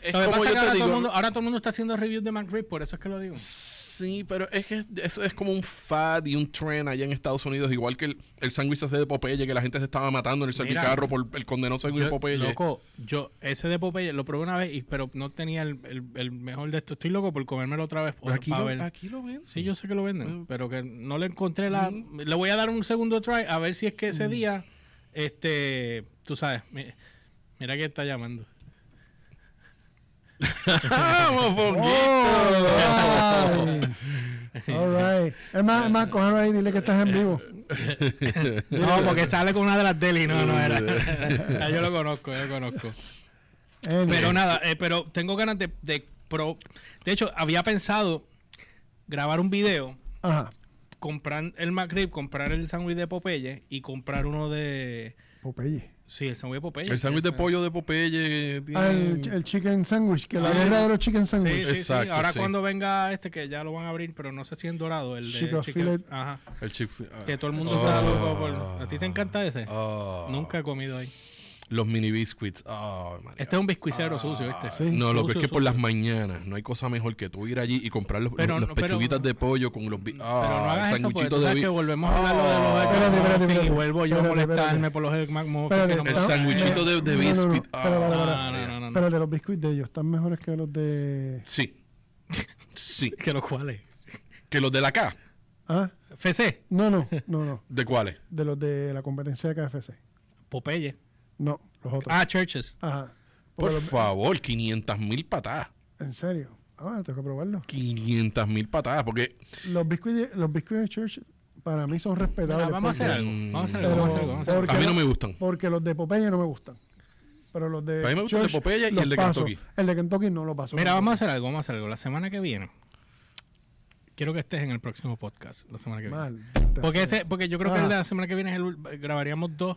Speaker 3: Es
Speaker 1: Lo que pasa
Speaker 3: como
Speaker 1: es
Speaker 3: yo
Speaker 1: que
Speaker 3: te
Speaker 1: ahora todo, el
Speaker 3: digo-
Speaker 1: mundo, ahora todo el mundo está haciendo reviews de McRib, por eso es que lo digo.
Speaker 3: Sí, pero es que eso es como un fad y un trend allá en Estados Unidos, igual que el, el sándwich ese de Popeye, que la gente se estaba matando en el
Speaker 1: Mira.
Speaker 3: salpicarro por el condenado sándwich de
Speaker 1: Yo,
Speaker 3: Popeye.
Speaker 1: loco, yo ese de Popeye lo probé una vez, y- pero no tenía el, el- el mejor de esto. Estoy loco por comérmelo otra vez.
Speaker 3: Pero
Speaker 1: Por,
Speaker 3: aquí,
Speaker 1: pa'
Speaker 3: lo,
Speaker 1: ver.
Speaker 3: aquí lo ven.
Speaker 1: Sí, yo sé que lo venden,
Speaker 3: Mm.
Speaker 1: pero que no le encontré la... Le voy a dar un segundo try a ver si es que ese día, este, tú sabes, mi- mira quién está llamando.
Speaker 3: ¡Vamos,
Speaker 2: Ay. ¡Oh! All right. Es más, es más, cógelo ahí, dile que estás en vivo.
Speaker 1: No, porque sale con una de las deli, no, no era. Ah, yo lo conozco, yo lo conozco.
Speaker 2: Anyway.
Speaker 1: Pero nada, eh, pero tengo ganas de, de pro- De hecho, había pensado grabar un video,
Speaker 2: Ajá.
Speaker 1: comprar el McRib, comprar el sándwich de Popeye y comprar uno de
Speaker 2: Popeye.
Speaker 1: Sí, el sándwich de Popeye.
Speaker 3: El sándwich de
Speaker 1: Esa-
Speaker 3: pollo de Popeye. tiene-
Speaker 2: Ah, el, el chicken sandwich, que la
Speaker 1: Sí.
Speaker 2: guerra de los chicken
Speaker 1: Sí,
Speaker 2: sandwich.
Speaker 1: sí, sí.
Speaker 3: Exacto,
Speaker 1: Ahora
Speaker 3: sí.
Speaker 1: cuando venga este que ya lo van a abrir, pero no sé si en dorado, el de
Speaker 2: Chicken
Speaker 1: chicken-
Speaker 2: fillet.
Speaker 1: Ajá.
Speaker 3: El Chick-fil-A.
Speaker 1: Que todo el mundo
Speaker 3: Ah.
Speaker 1: está loco por- ¿A ti te encanta ese?
Speaker 3: Ah.
Speaker 1: Nunca he comido ahí.
Speaker 3: Los mini biscuits. Ah, María.
Speaker 1: Este es un biscuicero sucio, este.
Speaker 2: Sí.
Speaker 3: No, lo que es
Speaker 1: Sucio,
Speaker 3: que por
Speaker 1: sucio.
Speaker 3: las mañanas no hay cosa mejor que tú ir allí y comprar los,
Speaker 1: Pero
Speaker 3: los-
Speaker 1: no-
Speaker 3: los
Speaker 1: pero-
Speaker 3: pechuguitas de pollo con los bi-
Speaker 1: Pero no
Speaker 3: ah,
Speaker 1: hagas eso porque tú
Speaker 3: sanguchitos de
Speaker 1: sabes
Speaker 3: bi-
Speaker 1: que volvemos a hablar lo de los
Speaker 3: Ah.
Speaker 2: Espérate, espérate,
Speaker 1: McMuffin y
Speaker 2: espérate.
Speaker 1: vuelvo yo a
Speaker 2: Espérate, espérate.
Speaker 1: molestarme por los Egg McMuffin.
Speaker 2: Espérate,
Speaker 1: que no me
Speaker 3: El
Speaker 1: gustan.
Speaker 3: sándwichito de, de
Speaker 2: No, no, no.
Speaker 3: biscuit.
Speaker 2: Espera, espera, espera.
Speaker 3: Ah,
Speaker 1: No, no, no, no, no.
Speaker 2: Pero de los biscuits de ellos están mejores que los de.
Speaker 3: Sí. Sí.
Speaker 1: Que los cuales.
Speaker 3: Que los de la K.
Speaker 2: Ah,
Speaker 1: FC,
Speaker 2: no, no, no, no.
Speaker 3: ¿De cuáles?
Speaker 2: De los de la competencia de KFC.
Speaker 1: Popeye.
Speaker 2: No, los otros.
Speaker 1: Ah, Churches.
Speaker 2: Ajá.
Speaker 3: Por
Speaker 2: Porque los-
Speaker 3: favor, 500 mil patadas.
Speaker 2: En serio. Ah, tengo que probarlo.
Speaker 3: 500 mil patadas. Porque
Speaker 2: Los biscuits, de- los biscuits de Church para mí son
Speaker 1: Mira,
Speaker 2: respetables.
Speaker 1: vamos a hacer
Speaker 2: porque-
Speaker 1: algo. Vamos a hacer algo.
Speaker 2: pues, Pero-
Speaker 1: Vamos a hacer algo. Vamos a hacer algo.
Speaker 2: porque
Speaker 3: a mí no
Speaker 2: lo-
Speaker 3: me gustan.
Speaker 2: Porque los de Popeye no me gustan. Pero los de.
Speaker 3: A mí me gusta el de
Speaker 2: Church
Speaker 3: Popeye y
Speaker 2: los
Speaker 3: el de
Speaker 2: paso.
Speaker 3: Kentucky.
Speaker 2: El de Kentucky no lo paso.
Speaker 1: Mira, vamos a hacer algo. Vamos a hacer algo. La semana que viene. Quiero que estés en el próximo podcast. La semana que viene.
Speaker 2: Mal.
Speaker 1: Porque, ese- porque yo creo que
Speaker 2: Ajá.
Speaker 1: la semana que viene es el ul- grabaríamos dos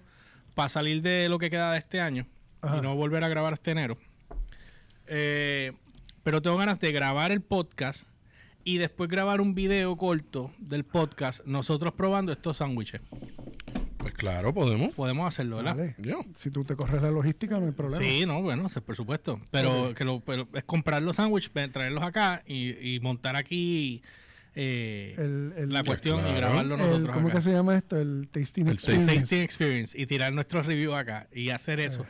Speaker 1: para salir de lo que queda de este año
Speaker 2: Ajá.
Speaker 1: y no volver a grabar hasta enero. Eh, pero tengo ganas de grabar el podcast y después grabar un video corto del podcast nosotros probando estos sándwiches.
Speaker 3: Pues claro, podemos.
Speaker 1: Podemos hacerlo, ¿verdad?
Speaker 2: Vale.
Speaker 3: Ya.
Speaker 2: Si tú te corres la logística, no hay problema.
Speaker 1: Sí, no, bueno, sí, por supuesto. Pero
Speaker 2: Ok.
Speaker 1: que lo, pero es comprar los sándwiches, pe- traerlos acá y, y montar aquí eh,
Speaker 2: El, el, Pues
Speaker 1: la cuestión
Speaker 3: Claro.
Speaker 1: y grabarlo
Speaker 2: el-
Speaker 1: nosotros
Speaker 2: ¿Cómo
Speaker 1: acá.
Speaker 2: que se llama esto? El tasting
Speaker 3: El
Speaker 1: el
Speaker 2: experience.
Speaker 1: tasting experience y tirar nuestros reviews acá y hacer eso.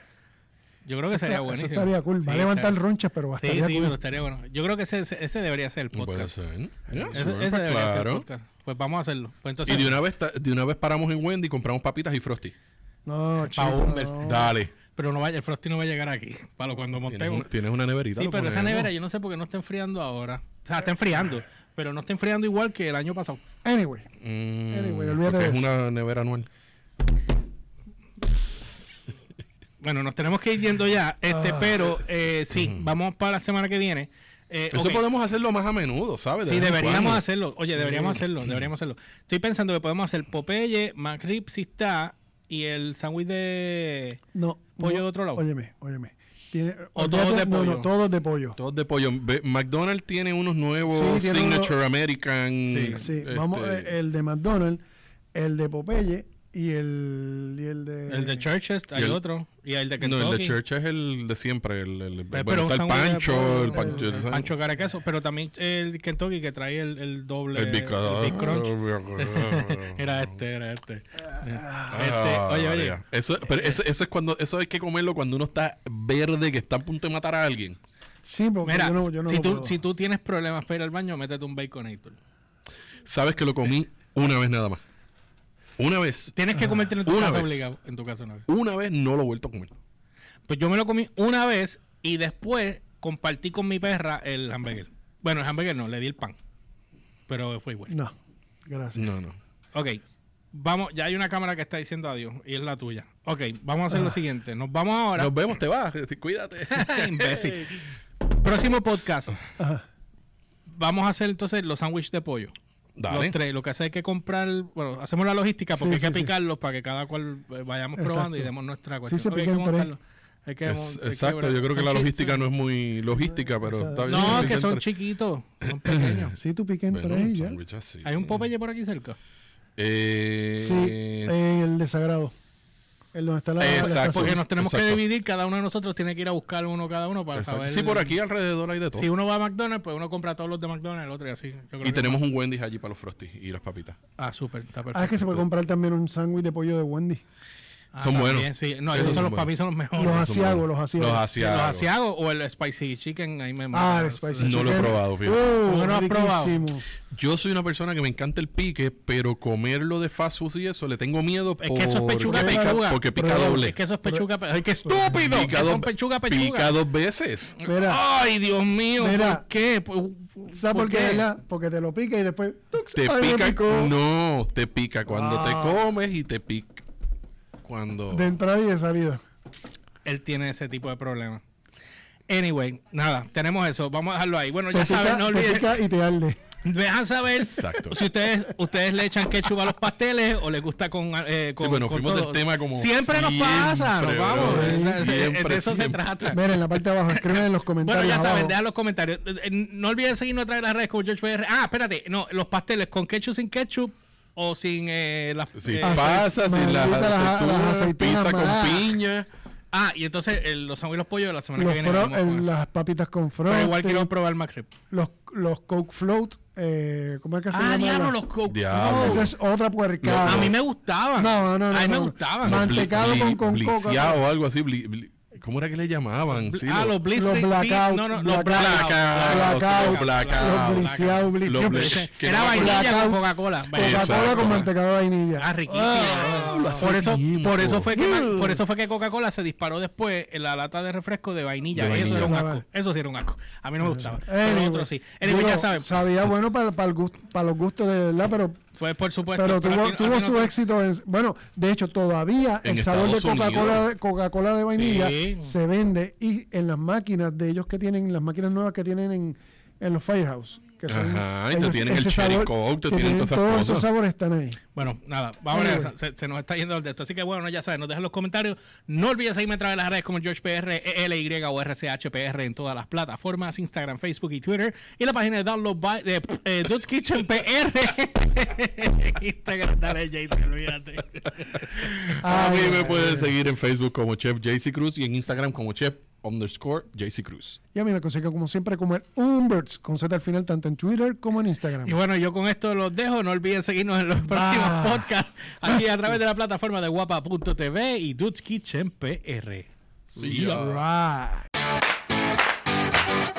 Speaker 1: Yo creo que
Speaker 2: Eh. Eso
Speaker 1: sería
Speaker 2: está-
Speaker 1: buenísimo.
Speaker 2: Eso estaría cool. Va a
Speaker 1: Sí,
Speaker 2: levantar
Speaker 1: estaría-
Speaker 2: ronchas, pero va a
Speaker 1: Sí,
Speaker 2: estaría
Speaker 1: sí,
Speaker 2: cool.
Speaker 1: pero estaría bueno. Yo creo que ese, ese- ese debería ser el
Speaker 3: No puede
Speaker 1: podcast.
Speaker 3: ser. Ya,
Speaker 1: Ese,
Speaker 3: sube,
Speaker 1: ese debería
Speaker 3: pues
Speaker 1: ser el
Speaker 3: claro.
Speaker 1: podcast. Pues vamos a hacerlo. Pues entonces,
Speaker 3: Y de una, vez, ta- de una vez paramos en Wendy y compramos papitas y Frosty.
Speaker 2: No, chico,
Speaker 1: Humber.
Speaker 2: no.
Speaker 3: Dale.
Speaker 1: pero no vaya, el Frosty no va a llegar aquí. Para cuando
Speaker 3: Tienes
Speaker 1: montemos.
Speaker 3: una, tienes una neverita.
Speaker 1: Sí,
Speaker 3: lo
Speaker 1: pero esa
Speaker 3: ponemos.
Speaker 1: nevera yo no sé por qué no está enfriando ahora. O sea, está enfriando, pero no está enfriando igual que el año pasado.
Speaker 2: Anyway,
Speaker 3: Mm,
Speaker 2: Anyway, olvídate
Speaker 3: porque
Speaker 2: de eso.
Speaker 3: es una nevera anual.
Speaker 1: Bueno, nos tenemos que ir yendo ya, este,
Speaker 2: Ah.
Speaker 1: pero eh, sí, vamos para la semana que viene. Eh,
Speaker 3: Eso
Speaker 1: ok.
Speaker 3: podemos ¿eh? hacerlo más a menudo, ¿sabes? De
Speaker 1: Sí,
Speaker 3: vez en
Speaker 1: deberíamos
Speaker 3: cuando.
Speaker 1: hacerlo. Oye, deberíamos hacerlo, deberíamos hacerlo. Estoy pensando que podemos hacer Popeye, McRib si está, y el sándwich de...
Speaker 2: no.
Speaker 1: Pollo
Speaker 2: no,
Speaker 1: de otro lado.
Speaker 2: Óyeme, óyeme. Tiene,
Speaker 1: O
Speaker 2: olvídate-
Speaker 1: todos de
Speaker 2: no,
Speaker 1: pollo.
Speaker 2: No, todos de pollo.
Speaker 3: Todos de pollo. Ve- McDonald's tiene unos nuevos
Speaker 2: Sí, tiene
Speaker 3: Signature American.
Speaker 1: Sí,
Speaker 2: Sí,
Speaker 3: este,
Speaker 2: vamos, eh, el de McDonald's, el de Popeye y el, y el de...
Speaker 1: El de Churches, hay
Speaker 3: y el-
Speaker 1: otro. Y el de Kentucky.
Speaker 3: No, el de Church es el de siempre. El, el-
Speaker 1: Eh,
Speaker 3: bueno,
Speaker 1: pero
Speaker 3: está
Speaker 1: usan
Speaker 3: el
Speaker 1: un-
Speaker 3: Pancho, el
Speaker 1: eh,
Speaker 3: Pancho.
Speaker 2: el
Speaker 3: ¿sabes?
Speaker 1: Pancho cara queso, pero también el Kentucky que trae el, el doble...
Speaker 3: El Big,
Speaker 1: el Big Crunch.
Speaker 3: Crunch.
Speaker 1: Era este, era este.
Speaker 2: Ah,
Speaker 1: Este,
Speaker 3: Mm. Ah,
Speaker 1: oye, oye.
Speaker 3: María. Eso, pero eso, eso es cuando, eso hay que comerlo cuando uno está verde, que está a punto de matar a alguien.
Speaker 2: sí, porque
Speaker 1: Mira,
Speaker 2: yo no, yo no
Speaker 1: si,
Speaker 2: lo
Speaker 1: tú,
Speaker 2: puedo.
Speaker 1: si tú tienes problemas para ir al baño, métete un Baconator.
Speaker 3: Sabes que lo comí una vez nada más. Una vez.
Speaker 1: Tienes que comerte en tu
Speaker 3: Ah, Una
Speaker 1: casa
Speaker 3: vez.
Speaker 1: obligado. En tu casa una vez.
Speaker 3: Una vez no lo he vuelto a comer.
Speaker 1: Pues yo me lo comí una vez y después compartí con mi perra el hamburger. Bueno, el hamburger no, le di el pan. Pero fue igual.
Speaker 2: No, gracias.
Speaker 3: No, no.
Speaker 1: Ok. Vamos, ya hay una cámara que está diciendo adiós y es la tuya. Ok, vamos a hacer lo siguiente. Nos vamos ahora.
Speaker 3: Ah. Nos vemos, te vas. Cuídate.
Speaker 1: Imbécil. Próximo podcast.
Speaker 2: Ajá.
Speaker 1: Vamos a hacer entonces los sándwiches de pollo.
Speaker 3: Dale.
Speaker 1: Los tres. Lo que hace es que comprar. Bueno, hacemos la logística porque
Speaker 2: Sí,
Speaker 1: hay que
Speaker 2: sí, sí.
Speaker 1: picarlos para que cada cual eh, vayamos
Speaker 2: Exacto.
Speaker 1: probando y demos nuestra cuestión.
Speaker 2: se
Speaker 1: Ok, hay
Speaker 2: pican
Speaker 1: que
Speaker 2: tres.
Speaker 1: montarlo. Hay que
Speaker 3: Es-
Speaker 1: mon- hay que
Speaker 3: exacto,
Speaker 1: bra-
Speaker 3: yo creo que
Speaker 1: son
Speaker 3: la
Speaker 1: chips,
Speaker 3: logística
Speaker 1: son-
Speaker 3: no es muy logística, pero
Speaker 2: Exacto.
Speaker 3: está bien.
Speaker 1: No,
Speaker 3: Sí,
Speaker 1: que son
Speaker 3: entre-
Speaker 1: chiquitos. Son pequeños.
Speaker 2: Sí, tú piques en
Speaker 3: Bueno,
Speaker 2: tres y
Speaker 3: un
Speaker 2: ya.
Speaker 3: sándwich así.
Speaker 1: Hay un Popeye por aquí cerca.
Speaker 3: Eh,
Speaker 2: Sí, eh, el desagrado. El donde está la... la
Speaker 3: Exacto.
Speaker 2: estación.
Speaker 1: Porque nos tenemos que
Speaker 3: exacto.
Speaker 1: dividir. Cada uno de nosotros tiene que ir a buscar uno cada uno para
Speaker 3: exacto.
Speaker 1: saber.
Speaker 3: Sí, por aquí alrededor hay de todo.
Speaker 1: Si uno va a McDonald's, pues uno compra todos los de McDonald's, el otro y así. Yo creo
Speaker 3: y
Speaker 1: que-
Speaker 3: tenemos un Wendy's allí para los Frosty y las papitas.
Speaker 1: Ah, súper. Está perfecto.
Speaker 2: Ah, es que se puede comprar también un sándwich de pollo de Wendy.
Speaker 1: Ah,
Speaker 3: son
Speaker 1: también,
Speaker 3: buenos.
Speaker 1: sí. No,
Speaker 3: Esos
Speaker 1: esos son
Speaker 3: son
Speaker 1: los, para mí son los mejores.
Speaker 2: Los
Speaker 1: Los,
Speaker 2: asiagos, los asiagos.
Speaker 3: Los
Speaker 1: los
Speaker 3: asiagos.
Speaker 1: asiagos o el spicy chicken. Ahí me
Speaker 2: Ah,
Speaker 1: mata.
Speaker 2: el spicy
Speaker 3: No lo he
Speaker 2: chicken.
Speaker 3: probado, fíjate.
Speaker 2: Uh,
Speaker 1: No lo has probado.
Speaker 2: riquísimo.
Speaker 3: Yo soy una persona que me encanta el pique, pero comerlo de fast food y eso le tengo miedo
Speaker 1: Es que eso es
Speaker 3: porque
Speaker 1: pechuga,
Speaker 3: pica-
Speaker 1: pechuga.
Speaker 3: porque pica
Speaker 2: Pero-
Speaker 3: doble.
Speaker 1: Es que eso es pechuga. pe- ¡Ay, qué estúpido!
Speaker 3: Pica
Speaker 1: Que
Speaker 3: dos-
Speaker 1: son pechuga, pechuga.
Speaker 3: Pica dos veces.
Speaker 2: Mira,
Speaker 1: ¡Ay, Dios mío!
Speaker 2: Mira.
Speaker 1: ¿Por qué?
Speaker 2: ¿sabes por qué? verdad? Porque te lo pica y después... ¡tux!
Speaker 3: Te
Speaker 2: Ay, me
Speaker 3: pica.
Speaker 2: picó.
Speaker 3: No, te pica cuando te
Speaker 2: Ah.
Speaker 3: comes y te pica cuando.
Speaker 2: De entrada y de salida.
Speaker 1: él tiene ese tipo de problemas. Anyway, nada, tenemos eso. Vamos a dejarlo ahí. Bueno, ya
Speaker 2: Te pica-
Speaker 1: saben, no
Speaker 2: te
Speaker 1: olviden.
Speaker 2: pica y te arde.
Speaker 1: Dejan saber
Speaker 3: Exacto.
Speaker 1: si ustedes ustedes le echan ketchup a los pasteles o les gusta con, eh, con-
Speaker 3: Sí, bueno,
Speaker 1: con
Speaker 3: fuimos del
Speaker 1: todo.
Speaker 3: tema como
Speaker 1: siempre, nos
Speaker 3: siempre,
Speaker 1: pasa, nos
Speaker 3: brother.
Speaker 1: vamos. Es- es-
Speaker 3: Siempre,
Speaker 1: de eso se
Speaker 3: siempre.
Speaker 1: trata.
Speaker 2: Miren, en la parte de abajo, escriben en los
Speaker 1: Bueno,
Speaker 2: comentarios.
Speaker 1: ya saben,
Speaker 2: abajo.
Speaker 1: dejan los comentarios. Eh, eh, No olviden seguirnos a través de las redes como George PR. Ah, espérate, no, los pasteles con ketchup sin ketchup o sin eh, la
Speaker 3: Si
Speaker 2: Ah,
Speaker 1: eh,
Speaker 3: pasa, si
Speaker 2: Maldita
Speaker 3: las
Speaker 2: las- las
Speaker 3: aceitunas,
Speaker 2: aceitunas
Speaker 3: pizza
Speaker 2: malas.
Speaker 3: con piña.
Speaker 1: Ah, y entonces eh, los sándwiches y los pollos de la semana
Speaker 2: Los
Speaker 1: que viene.
Speaker 2: fro-
Speaker 1: venimos con
Speaker 2: el-
Speaker 1: eso.
Speaker 2: las papitas con
Speaker 1: Pero
Speaker 2: frosting,
Speaker 1: igual quiero probar el McRib.
Speaker 2: los, los Coke Float, eh, ¿cómo es que se
Speaker 1: Ah,
Speaker 2: llama?
Speaker 1: diablo,
Speaker 2: La-
Speaker 1: los Coke Flow.
Speaker 3: Diablo.
Speaker 2: Eso es otra puercada.
Speaker 1: A mí me gustaban.
Speaker 2: No, no, no,
Speaker 1: A mí me
Speaker 2: no.
Speaker 1: gustaban.
Speaker 2: No, Mantecado
Speaker 3: Bli- bli-
Speaker 2: con- con coca.
Speaker 3: bliciado o algo así. bli- bli- ¿Cómo era que le llamaban? Sí,
Speaker 1: ah,
Speaker 3: lo-
Speaker 1: los Blitz.
Speaker 2: los
Speaker 1: sí,
Speaker 2: blackouts,
Speaker 1: no, no, los
Speaker 2: blackouts,
Speaker 1: blackouts,
Speaker 3: blackouts, Ah,
Speaker 1: blackouts,
Speaker 2: los bliciados,
Speaker 1: blackouts.
Speaker 3: Los
Speaker 2: Yo
Speaker 3: bli-
Speaker 2: pensé-
Speaker 3: que
Speaker 1: Era
Speaker 3: no me acuerdo.
Speaker 1: vainilla
Speaker 2: Blackout.
Speaker 1: con Coca-Cola. Vainilla.
Speaker 2: Coca-Cola
Speaker 3: Exacto.
Speaker 2: con mantecado de vainilla.
Speaker 1: Ah, riquísimo. por eso,
Speaker 3: riquísimo.
Speaker 1: por eso fue que
Speaker 2: Uh.
Speaker 1: por eso fue que Coca-Cola se disparó después en la lata de refresco de vainilla.
Speaker 3: De
Speaker 1: Eso
Speaker 3: vainilla.
Speaker 1: era un
Speaker 2: Claro.
Speaker 1: asco. Eso sí era un asco. A mí no me gustaba. Pero
Speaker 2: Ah, Anyway,
Speaker 1: otros sí. Anyway,
Speaker 2: digo,
Speaker 1: ya saben.
Speaker 2: Sabía bueno para, para, el gusto, para los gustos de verdad, pero,
Speaker 1: Pues por supuesto.
Speaker 2: pero
Speaker 1: pero
Speaker 2: tuvo,
Speaker 1: al fin- al
Speaker 2: tuvo
Speaker 1: fin
Speaker 2: su
Speaker 1: no-
Speaker 2: éxito. en- bueno, de hecho, todavía
Speaker 3: En
Speaker 2: el sabor de
Speaker 3: Estados
Speaker 2: Coca-Cola
Speaker 3: Unidos.
Speaker 2: de, Coca-Cola de vainilla
Speaker 1: Sí.
Speaker 2: se vende y en las máquinas de ellos que tienen, las máquinas nuevas que tienen en, en los Firehouse. Que son-
Speaker 3: Ajá, y te
Speaker 2: ellos-
Speaker 3: tienen
Speaker 2: ese
Speaker 3: el cherry coke, te
Speaker 2: que
Speaker 3: tienen todas esas
Speaker 2: todos esos
Speaker 3: cosas.
Speaker 2: sabores están ahí.
Speaker 1: Bueno, nada, vamos a
Speaker 2: Anyway.
Speaker 1: regresar. Se, se nos está yendo el de esto. Así que bueno, ya saben, nos dejan los comentarios. No olviden seguirme a través de las redes como GeorgePR, ELY E o RCHPR en todas las plataformas, Instagram, Facebook y Twitter. Y la página de Download by de, eh, Dude's Kitchen PR. Instagram, dale Jason, olvídate.
Speaker 3: A mí
Speaker 2: Ay,
Speaker 3: me
Speaker 2: ay,
Speaker 3: pueden
Speaker 2: ay.
Speaker 3: seguir en Facebook como Chef JC Cruz y en Instagram como Chef underscore JC Cruz.
Speaker 2: Y a mí me consigue como siempre como el Umberts con Z al final tanto en Twitter como en Instagram.
Speaker 1: Y bueno, yo con esto los dejo. No olviden seguirnos en los próximos
Speaker 2: Ah.
Speaker 1: podcasts aquí a través de la plataforma de guapa.tv y Dude's Kitchen PR.
Speaker 3: See ya.
Speaker 2: Right.